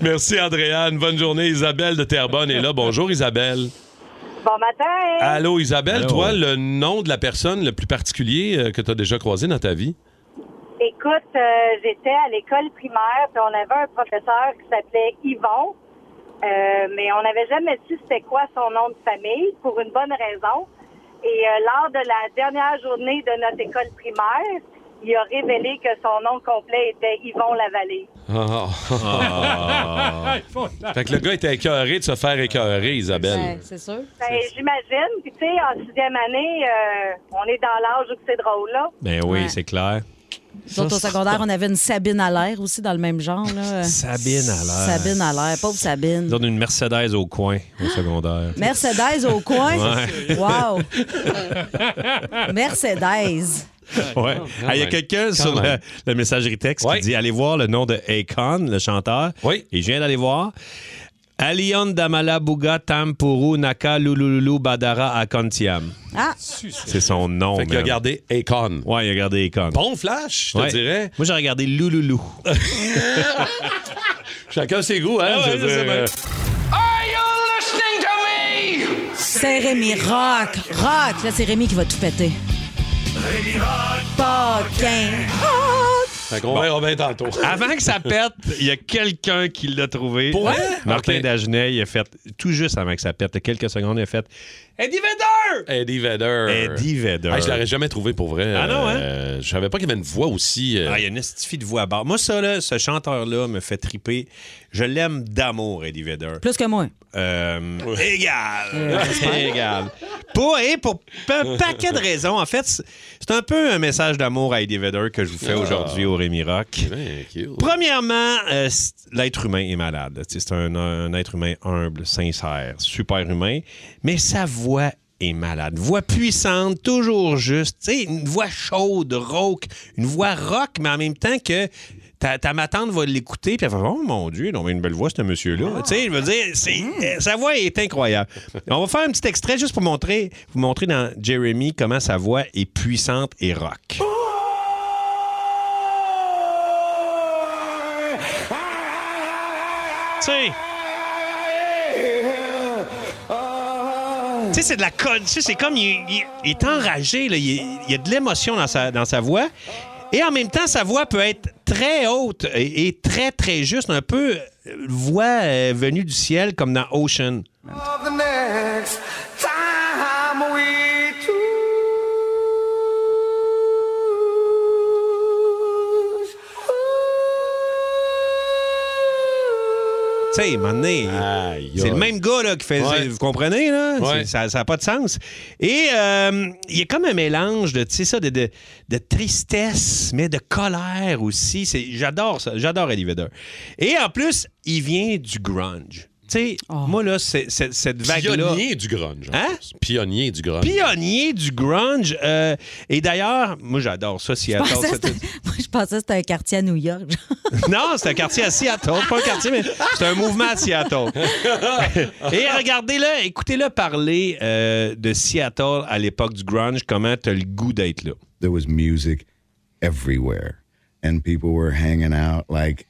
[SPEAKER 3] Merci, Andréane. Bonne journée. Isabelle de Terrebonne est là. Bonjour, Isabelle.
[SPEAKER 12] Bon matin!
[SPEAKER 3] Allô, Isabelle.
[SPEAKER 12] Allô.
[SPEAKER 3] Toi, le nom de la personne le plus particulier euh, que tu as déjà croisé dans ta vie?
[SPEAKER 12] Écoute, euh, j'étais à l'école primaire, puis on avait un professeur qui s'appelait Yvon, euh, mais on n'avait jamais su c'était quoi son nom de famille, pour une bonne raison. Et euh, lors de la dernière journée de notre école primaire, il a révélé que son nom complet était Yvon Lavallée.
[SPEAKER 3] Ah. fait que le gars était écœuré de se faire écœurer, Isabelle.
[SPEAKER 6] c'est sûr.
[SPEAKER 12] Ben, j'imagine. Puis, tu sais, en sixième année, euh, on est dans l'âge où c'est drôle, là.
[SPEAKER 2] Ben oui, c'est clair.
[SPEAKER 6] Nous autres, au secondaire, on avait une Sabine à l'air aussi, dans le même genre. Là.
[SPEAKER 2] Sabine à l'air.
[SPEAKER 6] Sabine à l'air, pauvre Sabine.
[SPEAKER 2] Ils ont une Mercedes au coin au secondaire.
[SPEAKER 6] Mercedes au coin.
[SPEAKER 2] Ouais.
[SPEAKER 6] Wow. Mercedes.
[SPEAKER 2] Ouais. Ah, Il y a
[SPEAKER 3] même.
[SPEAKER 2] quelqu'un
[SPEAKER 3] Quand
[SPEAKER 2] sur le,
[SPEAKER 3] même.
[SPEAKER 2] le messagerie texte qui dit Allez voir le nom de Akon, le chanteur. Oui. Et je viens d'aller voir. Alion Damalabuga Tampuru Naka Lulululu Badara Akontiam.
[SPEAKER 6] Ah!
[SPEAKER 2] C'est son nom.
[SPEAKER 3] Fait qu'il a
[SPEAKER 2] gardé Akon. Ouais, il a gardé Akon.
[SPEAKER 3] Bon flash, je te
[SPEAKER 2] Ouais.
[SPEAKER 3] dirais.
[SPEAKER 2] Moi, j'ai regardé Louloulou.
[SPEAKER 3] Chacun ses goûts,
[SPEAKER 2] Ah
[SPEAKER 3] hein? je veux dire,
[SPEAKER 2] ben,
[SPEAKER 3] euh,
[SPEAKER 13] Are you listening to me?
[SPEAKER 6] C'est Rémi Rock. Rock. Là, c'est Rémi qui va tout péter.
[SPEAKER 13] Rémi Rock.
[SPEAKER 6] Fucking rock.
[SPEAKER 3] Fait qu'on verra bien tantôt.
[SPEAKER 2] Avant que ça pète, il y a quelqu'un qui l'a trouvé. Euh,
[SPEAKER 3] Pour vrai?
[SPEAKER 2] Martin
[SPEAKER 3] Ok.
[SPEAKER 2] Dagenet, il a fait, tout juste avant que ça pète, il y a quelques secondes, il a fait Eddie Vedder!
[SPEAKER 3] Eddie Vedder.
[SPEAKER 2] Eddie Vedder.
[SPEAKER 3] Ah, je l'aurais jamais trouvé pour vrai.
[SPEAKER 2] Ah non, hein?
[SPEAKER 3] Euh, je savais pas qu'il y avait une voix aussi. euh,
[SPEAKER 2] Ah, il y a une estifie de voix à barre. Moi, ça, là, ce chanteur-là me fait triper. Je l'aime d'amour, Eddie Vedder.
[SPEAKER 6] Plus que moi.
[SPEAKER 2] Euh,
[SPEAKER 6] Euh,
[SPEAKER 2] Égal.
[SPEAKER 6] j'espère.
[SPEAKER 2] égal. Pour, et pour un paquet de raisons. En fait, c'est c'est un peu un message d'amour à Eddie Vedder que je vous fais
[SPEAKER 3] Ah.
[SPEAKER 2] aujourd'hui au Rémi Rock. Premièrement, euh, c'est- l'être humain est malade. Tu sais, C'est un, un être humain humble, sincère, super humain. Mais sa voix est malade. Voix puissante, toujours juste. Tu sais, une voix chaude, rauque, une voix rock, mais en même temps que ta, ta ma tante va l'écouter, puis elle va faire, Oh mon Dieu, il a une belle voix, ce monsieur-là. Tu sais, je veux dire, c'est- euh, sa voix est incroyable. On va faire un petit extrait juste pour montrer, vous montrer dans Jeremy comment sa voix est puissante et rock. Tu sais. Tu sais, c'est de la code. Tu sais, c'est comme il, il- il est enragé. là. Il, il y a de l'émotion dans sa, dans sa voix. Et en même temps, sa voix peut être très haute et, et très, très juste. Un peu euh, voix euh, venue du ciel, comme dans Ocean.
[SPEAKER 13] Of the next time we choose.
[SPEAKER 2] Tu sais, à un moment donné, c'est le même gars là, qui fait.
[SPEAKER 3] Ouais.
[SPEAKER 2] Vous comprenez, là?
[SPEAKER 3] Ouais.
[SPEAKER 2] C'est- Ça n'a pas de sens. Et euh, il y a comme un mélange de, tu sais, ça, de, de- de tristesse, mais de colère aussi. C'est- J'adore ça. J'adore Eddie Vedder. Et en plus, il vient du grunge. Tu sais,
[SPEAKER 6] Oh.
[SPEAKER 2] moi, là, c'est- c'est- cette vague-là.
[SPEAKER 3] Pionnier du grunge.
[SPEAKER 2] hein.
[SPEAKER 3] en plus. Pionnier du grunge.
[SPEAKER 2] Pionnier du grunge. euh, et d'ailleurs, moi, j'adore ça, Seattle.
[SPEAKER 6] pensais
[SPEAKER 2] cette-
[SPEAKER 6] Moi, je pensais que c'était un quartier à New York.
[SPEAKER 2] non, c'est un quartier à Seattle. Pas un quartier, mais c'est un mouvement à Seattle. Et regardez-le, écoutez-le parler euh, de Seattle à l'époque du grunge, comment t'as le goût d'être là.
[SPEAKER 14] there was music everywhere and people were hanging out like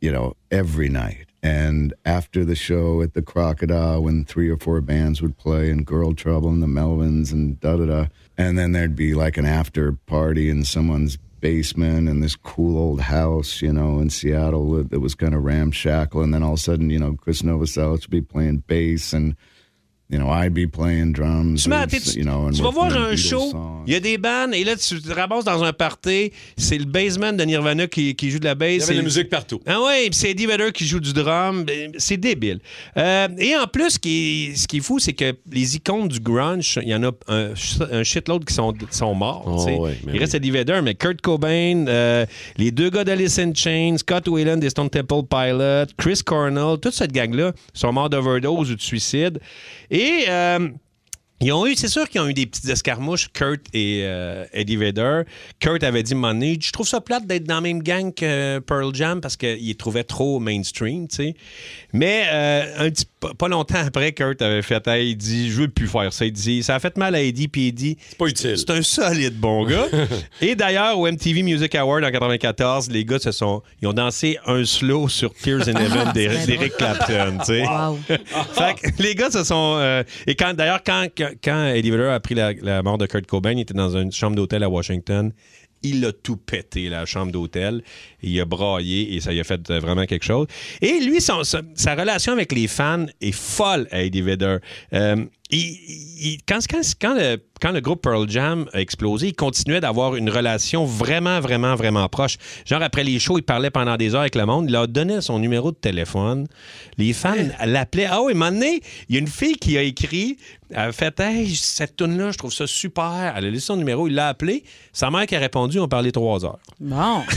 [SPEAKER 14] you know every night and after the show at the crocodile when three or four bands would play and girl trouble and the melvins and da da da and then there'd be like an after party in someone's basement in this cool old house you know in seattle that, that was kind of ramshackle and then all of a sudden you know chris novoselic would be playing bass and you know, I'd be playing drums.
[SPEAKER 2] Tu, mets-
[SPEAKER 14] or,
[SPEAKER 2] t'es- tu-
[SPEAKER 14] you know, and
[SPEAKER 2] tu vas
[SPEAKER 14] working
[SPEAKER 2] voir
[SPEAKER 14] on
[SPEAKER 2] un
[SPEAKER 14] Beatles
[SPEAKER 2] show,
[SPEAKER 14] songs.
[SPEAKER 2] il y a des bands, et là, tu te ramasses dans un party. C'est le bassman de Nirvana qui, qui joue de la bass.
[SPEAKER 3] Il y avait de la
[SPEAKER 2] c'est-
[SPEAKER 3] musique partout.
[SPEAKER 2] Ah ouais, puis c'est Eddie Vedder qui joue du drum. Ben, C'est débile. Euh, et en plus, ce qui, est- ce qui est fou, c'est que les icônes du grunge, il y en a un, un shitload qui sont, sont morts.
[SPEAKER 3] Oh
[SPEAKER 2] tu sais.
[SPEAKER 3] ouais, mais
[SPEAKER 2] il reste Eddie Vedder, mais Kurt Cobain, euh, les deux gars d'Alice in Chains, Scott Whelan des Stone Temple Pilots, Chris Cornell, toute cette gang-là sont morts d'overdose ou de suicide. Et... euh, ils ont eu, c'est sûr qu'ils ont eu des petites escarmouches, Kurt et euh, Eddie Vedder. Kurt avait dit, Mon je trouve ça plate d'être dans la même gang que Pearl Jam parce qu'il les trouvait trop mainstream, tu sais. Mais euh, un petit, pas- pas longtemps après, Kurt avait fait, hey, il dit, je veux plus faire ça. Il dit, ça a fait mal à Eddie, puis il dit, c'est
[SPEAKER 3] pas utile.
[SPEAKER 2] C'est un solide bon gars. et d'ailleurs, au MTV Music Award en 94, les gars se sont, ils ont dansé un slow sur Tears in Heaven d'Eric d'Eric Clapton, tu sais. Fait que les gars se sont. euh, et quand d'ailleurs, quand, quand, quand Eddie Vedder a appris la, la mort de Kurt Cobain, il était dans une chambre d'hôtel à Washington. Il a tout pété, la chambre d'hôtel. Il a braillé et ça lui a fait euh, vraiment quelque chose. Et lui, son- sa- sa relation avec les fans est folle à Eddie Vedder. Euh, il- il- quand, quand- quand le, quand le groupe Pearl Jam a explosé, il continuait d'avoir une relation vraiment, vraiment, vraiment proche. Genre, après les shows, il parlait pendant des heures avec le monde. Il leur donnait son numéro de téléphone. Les fans l'appelaient. Ah oui, un moment donné, il y a une fille qui a écrit, elle a fait Hey, cette tune-là, je trouve ça super. Elle a laissé son numéro, il l'a appelé. Sa mère qui a répondu, on parlait trois heures.
[SPEAKER 6] Bon.
[SPEAKER 2] ben,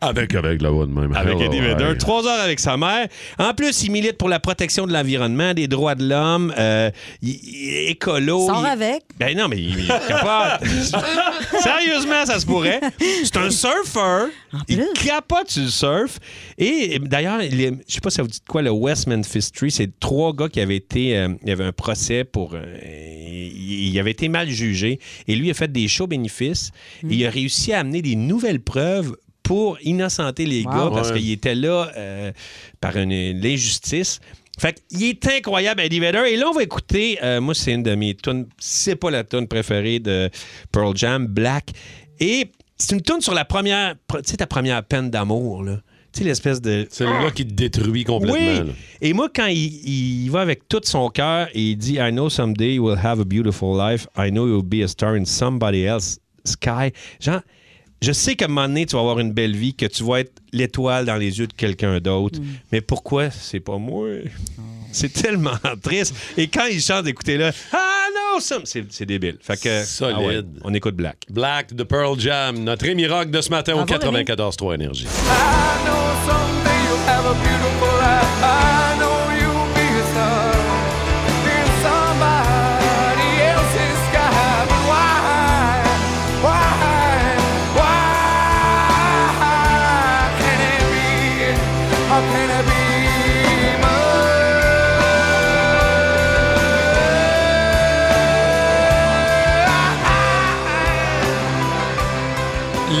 [SPEAKER 3] Avec, avec la voix de même.
[SPEAKER 2] Avec
[SPEAKER 3] Hello,
[SPEAKER 2] Eddie Vedder.
[SPEAKER 3] hi.
[SPEAKER 2] Trois heures avec sa mère. En plus, il milite pour la protection de l'environnement, des droits de l'homme, euh, il- il- écolo.
[SPEAKER 6] Sors
[SPEAKER 2] il-
[SPEAKER 6] avec.
[SPEAKER 2] Ben non, mais il, il capote. Sérieusement, ça se pourrait. C'est un surfer. Il capote sur le surf. Et d'ailleurs, il est- je sais pas si ça vous dit de quoi, le West Memphis Tree, c'est trois gars qui avaient été... euh, il y avait un procès pour... euh, il il avait été mal jugé. Et lui a fait des shows bénéfices. Et il a réussi à amener des nouvelles preuves pour innocenter les
[SPEAKER 3] Wow.
[SPEAKER 2] gars parce
[SPEAKER 3] Ouais.
[SPEAKER 2] qu'il était là euh, par une, l'injustice. Fait qu'il est incroyable, Eddie Vedder. Et là, on va écouter, euh, moi, c'est une de mes tunes, c'est pas la tune préférée de Pearl Jam, Black. Et c'est une tune sur la première, tu sais, ta première peine d'amour, là. Tu sais, l'espèce de.
[SPEAKER 3] C'est le gars qui te détruit complètement.
[SPEAKER 2] Oui.
[SPEAKER 3] là.
[SPEAKER 2] Et moi, quand il, il va avec tout son cœur et il dit I know someday you will have a beautiful life. I know you'll be a star in somebody else's sky. Genre, je sais qu'à un moment donné, tu vas avoir une belle vie, que tu vas être l'étoile dans les yeux de quelqu'un d'autre. Mais pourquoi c'est pas moi? C'est tellement triste. Et quand il chante, écoutez-le, Ah no, some- c'est c'est débile. Fait que,
[SPEAKER 3] Solide.
[SPEAKER 2] ah ouais, on écoute Black.
[SPEAKER 3] Black de Pearl Jam, notre Émi Rock de ce matin au
[SPEAKER 2] Bravo, Rémi.
[SPEAKER 3] 94.3 Énergie.
[SPEAKER 13] Someday you'll have a beautiful life. I know you'll be a star in somebody else's sky. But why, why, why can it be? How can it be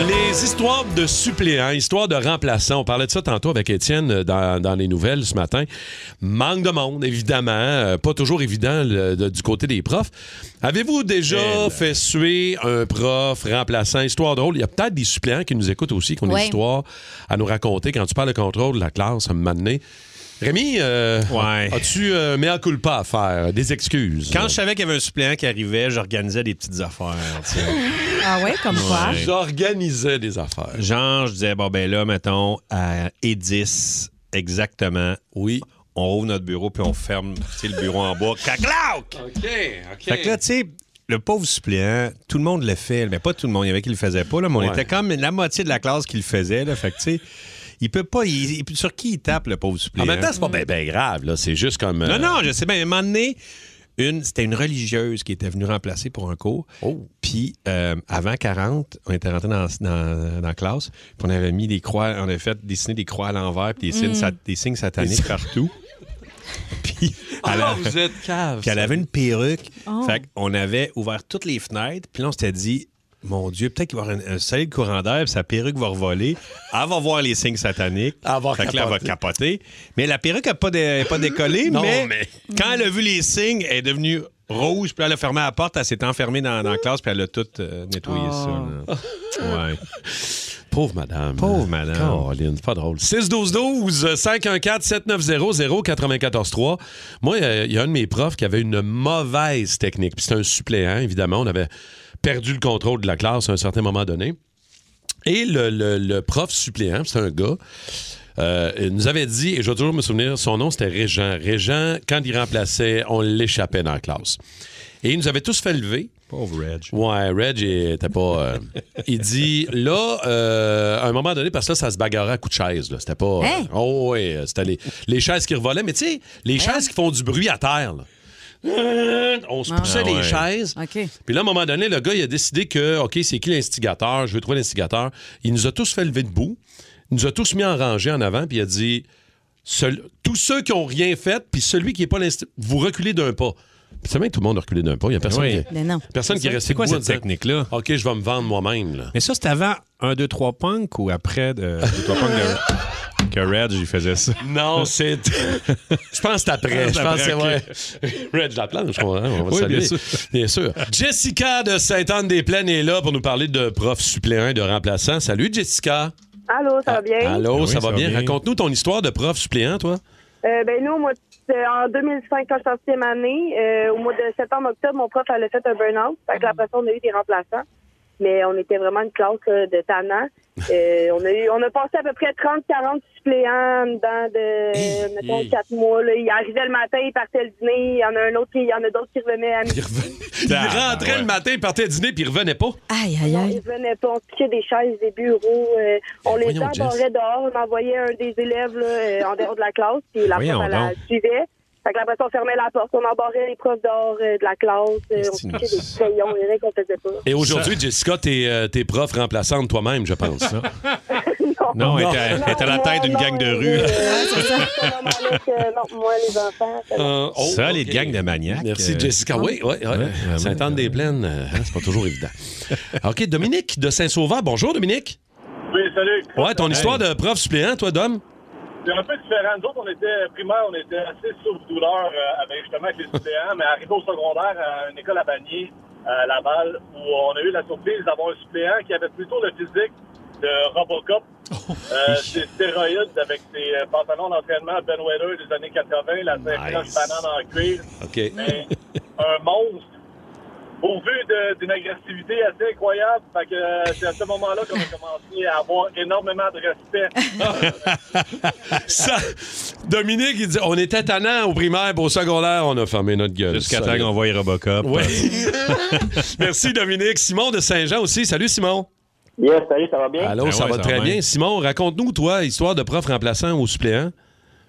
[SPEAKER 3] Les histoires de suppléants, histoires de remplaçants, on parlait de ça tantôt avec Étienne euh, dans, dans les nouvelles ce matin. Manque de monde, évidemment. Euh, pas toujours évident le- de- du côté des profs. Avez-vous déjà fait suer un prof remplaçant? Histoire drôle. Il y a peut-être des suppléants qui nous écoutent aussi, qui ont
[SPEAKER 6] Ouais.
[SPEAKER 3] des histoires à nous raconter. Quand tu parles de contrôle de la classe, à un moment donné. Rémi, euh, as-tu euh, mea culpa à faire? Des excuses?
[SPEAKER 2] Quand je savais qu'il y avait un suppléant qui arrivait, j'organisais des petites affaires. tu sais.
[SPEAKER 6] Ah ouais, comme quoi?
[SPEAKER 2] Ouais.
[SPEAKER 3] J'organisais des affaires.
[SPEAKER 2] Genre, je disais, bon, ben là, mettons, à E10, exactement.
[SPEAKER 3] Oui.
[SPEAKER 2] On ouvre notre bureau, puis on ferme tu sais, le bureau en bas. Caclauc!
[SPEAKER 3] OK, OK.
[SPEAKER 2] Fait que là, tu sais, le pauvre suppléant, tout le monde le fait. Mais pas tout le monde, il y avait qui le faisait pas. Là, mais on
[SPEAKER 3] Ouais.
[SPEAKER 2] était comme la moitié de la classe qui le faisait. Là, fait que, tu sais, il peut pas... il- il- sur qui il tape, le pauvre suppléant?
[SPEAKER 3] En même temps, c'est pas bien grave, là. C'est juste comme.
[SPEAKER 2] Non,
[SPEAKER 3] euh,
[SPEAKER 2] non, je sais bien. À un moment donné, une, c'était une religieuse qui était venue remplacer pour un cours.
[SPEAKER 3] Oh.
[SPEAKER 2] Puis, euh, avant 40, on était rentré dans, dans, dans la classe. Puis, on avait mis des croix, on avait fait dessiner des croix à l'envers, puis des, signes,
[SPEAKER 3] Mm.
[SPEAKER 2] sat- des signes sataniques
[SPEAKER 3] Des-
[SPEAKER 2] partout. puis, elle
[SPEAKER 3] Ah,
[SPEAKER 2] a-
[SPEAKER 3] vous êtes cave.
[SPEAKER 2] puis elle avait une perruque.
[SPEAKER 3] Oh.
[SPEAKER 2] Fait qu'on avait ouvert toutes les fenêtres. Puis là, on s'était dit, mon Dieu, peut-être qu'il va y avoir un, un solide courant d'air, puis sa perruque va revoler. Elle va voir les signes sataniques. Elle va fait que là, elle va capoter. Mais la perruque n'a pas, dé- pas décollé,
[SPEAKER 3] Non,
[SPEAKER 2] mais,
[SPEAKER 3] mais-
[SPEAKER 2] quand elle a vu les signes, elle est devenue rouge. Puis elle a fermé Oh. la porte, elle s'est enfermée dans, dans la classe, puis elle a tout euh, nettoyé
[SPEAKER 3] Oh.
[SPEAKER 2] ça. là. Ouais.
[SPEAKER 3] Pauvre madame. Pauvre madame. Caroline, c'est pas drôle. 6-12-12, 514-790-0943. Moi, il y a- il y, a un de mes profs qui avait une mauvaise technique. Puis c'était un suppléant, évidemment. On avait perdu le contrôle de la classe à un certain moment donné. Et le, le- le prof suppléant, c'est un gars, euh, il nous avait dit, et je vais toujours me souvenir, son nom c'était Régent. Régent, quand il remplaçait, on l'échappait dans la classe. Et il nous avait tous fait lever.
[SPEAKER 2] Pauvre Reg.
[SPEAKER 3] Ouais, Reg, il était pas. euh, il dit, là, euh, à un moment donné, parce que là, ça se bagarrait à coups de chaise. là. C'était pas. euh,
[SPEAKER 13] Hein?
[SPEAKER 3] oh, ouais, c'était les, les chaises qui revolaient, mais tu sais, les chaises qui font du bruit à terre. là. On se poussait
[SPEAKER 13] Ah
[SPEAKER 3] les
[SPEAKER 13] ouais.
[SPEAKER 3] chaises.
[SPEAKER 6] OK.
[SPEAKER 3] Puis là, à un moment donné, le gars, il a décidé que, OK, c'est qui l'instigateur? Je veux trouver l'instigateur. Il nous a tous fait lever debout. Il nous a tous mis en rangée en avant. Puis il a dit, Seul- tous ceux qui ont rien fait, puis celui qui n'est pas l'instigateur, vous reculez d'un pas. Puis c'est bien que tout le monde a reculé d'un pas. Il n'y a personne
[SPEAKER 2] Ben Oui.
[SPEAKER 3] qui...
[SPEAKER 2] Mais non.
[SPEAKER 3] Personne qui est
[SPEAKER 2] C'est
[SPEAKER 3] resté
[SPEAKER 2] quoi
[SPEAKER 3] debout
[SPEAKER 2] cette
[SPEAKER 3] en disant, OK, je vais me vendre moi-même. là.
[SPEAKER 2] Mais ça, c'était avant 1, 2, 3 punk ou après euh, 1, 2, 3 punk de- que Reg, il faisait ça?
[SPEAKER 3] Non, Ah, c'est. Je pense que c'est après. Je pense que c'est vrai. Reg Laplanche, on va, on va
[SPEAKER 2] Oui,
[SPEAKER 3] saluer.
[SPEAKER 2] bien sûr.
[SPEAKER 3] Bien sûr. Jessica de Sainte-Anne-des-Plaines est là pour nous parler de prof suppléant et de remplaçant. Salut, Jessica. Ah,
[SPEAKER 15] Allô, ça va bien?
[SPEAKER 3] Allô, ça, va bien? Raconte-nous ton histoire de prof suppléant, toi.
[SPEAKER 15] Euh, ben nous, moi, c'est en 2005, quand je suis en sixième année, euh, au mois de septembre-octobre, mon prof elle a fait un burn-out. Fait que là, après ça, on a eu des remplaçants. Mais on était vraiment une classe là, de tannants. Euh, on, a eu, on a passé à peu près 30-40 suppléants dans de, mettons,
[SPEAKER 3] hey.
[SPEAKER 15] 4 mois. Là. Il arrivait le matin, il partait le dîner. Il y en a un autre, qui- il y en a d'autres qui revenaient à midi.
[SPEAKER 3] Il rentrait le matin, il partait dîner, puis il revenait pas.
[SPEAKER 6] Aïe, aïe,
[SPEAKER 15] Non, ils venaient pas. On piquait des chaises, des bureaux. euh, on les
[SPEAKER 3] voyons,
[SPEAKER 15] embarrait
[SPEAKER 3] Jess.
[SPEAKER 15] dehors. On envoyait un des élèves là, euh, en dehors de la classe. Puis la
[SPEAKER 3] Voyons
[SPEAKER 15] prof, elle la
[SPEAKER 3] donc.
[SPEAKER 15] suivait. Fait que après ça, on fermait la porte. On embarrait les profs dehors euh, de la classe. euh, on piquait des crayons. Il y en a qu'on faisait pas.
[SPEAKER 3] Et aujourd'hui, Jessica, t'es euh, t'es prof remplaçante toi-même, je pense.
[SPEAKER 2] Non, elle était- elle était à la tête d'une
[SPEAKER 3] gang de rue.
[SPEAKER 15] Fait que, euh, non, moi, euh, les enfants. ça-
[SPEAKER 3] Euh, oh,
[SPEAKER 2] ça, les gangs de maniaques.
[SPEAKER 3] Merci,
[SPEAKER 2] euh,
[SPEAKER 3] Jessica. Oui, oui, oui. Sainte-Anne-des-Plaines, euh, hein, c'est pas toujours évident. OK, Dominique de Saint-Sauveur. Bonjour, Dominique.
[SPEAKER 16] Oui, salut.
[SPEAKER 3] Ouais, ton
[SPEAKER 16] Hey.
[SPEAKER 3] histoire de prof suppléant, toi, Dom?
[SPEAKER 16] C'est un peu différent. Nous autres, on était primaire, on était assez sur douleur euh, avec justement avec les suppléants, mais arrivé au secondaire à une école à Bagné, à Laval, où on a eu la surprise d'avoir un suppléant qui avait plutôt le physique de Robocop, euh, ses stéroïdes avec ses euh, pantalons d'entraînement Ben Weller des années 80, la ceinture
[SPEAKER 3] Nice.
[SPEAKER 16] banane en cuir.
[SPEAKER 3] OK.
[SPEAKER 16] Mais un monstre. Au vu de- d'une agressivité assez incroyable, fait que euh, c'est à ce moment-là qu'on a commencé à avoir énormément de respect.
[SPEAKER 3] Ça, Dominique, il dit on était tannant au primaire, puis au secondaire, on a fermé notre gueule.
[SPEAKER 2] Jusqu'à temps
[SPEAKER 3] Salut.
[SPEAKER 2] qu'on voie Robocop.
[SPEAKER 3] Ouais.
[SPEAKER 4] euh,
[SPEAKER 3] Merci, Dominique. Simon de Saint-Jean aussi. Salut, Simon.
[SPEAKER 16] Yes, salut, ça va bien?
[SPEAKER 3] Allô,
[SPEAKER 2] Ben
[SPEAKER 3] ça
[SPEAKER 2] ouais,
[SPEAKER 3] va
[SPEAKER 2] ça
[SPEAKER 3] très
[SPEAKER 2] va
[SPEAKER 3] bien.
[SPEAKER 2] bien.
[SPEAKER 3] Simon, raconte-nous, toi, histoire de prof remplaçant ou suppléant.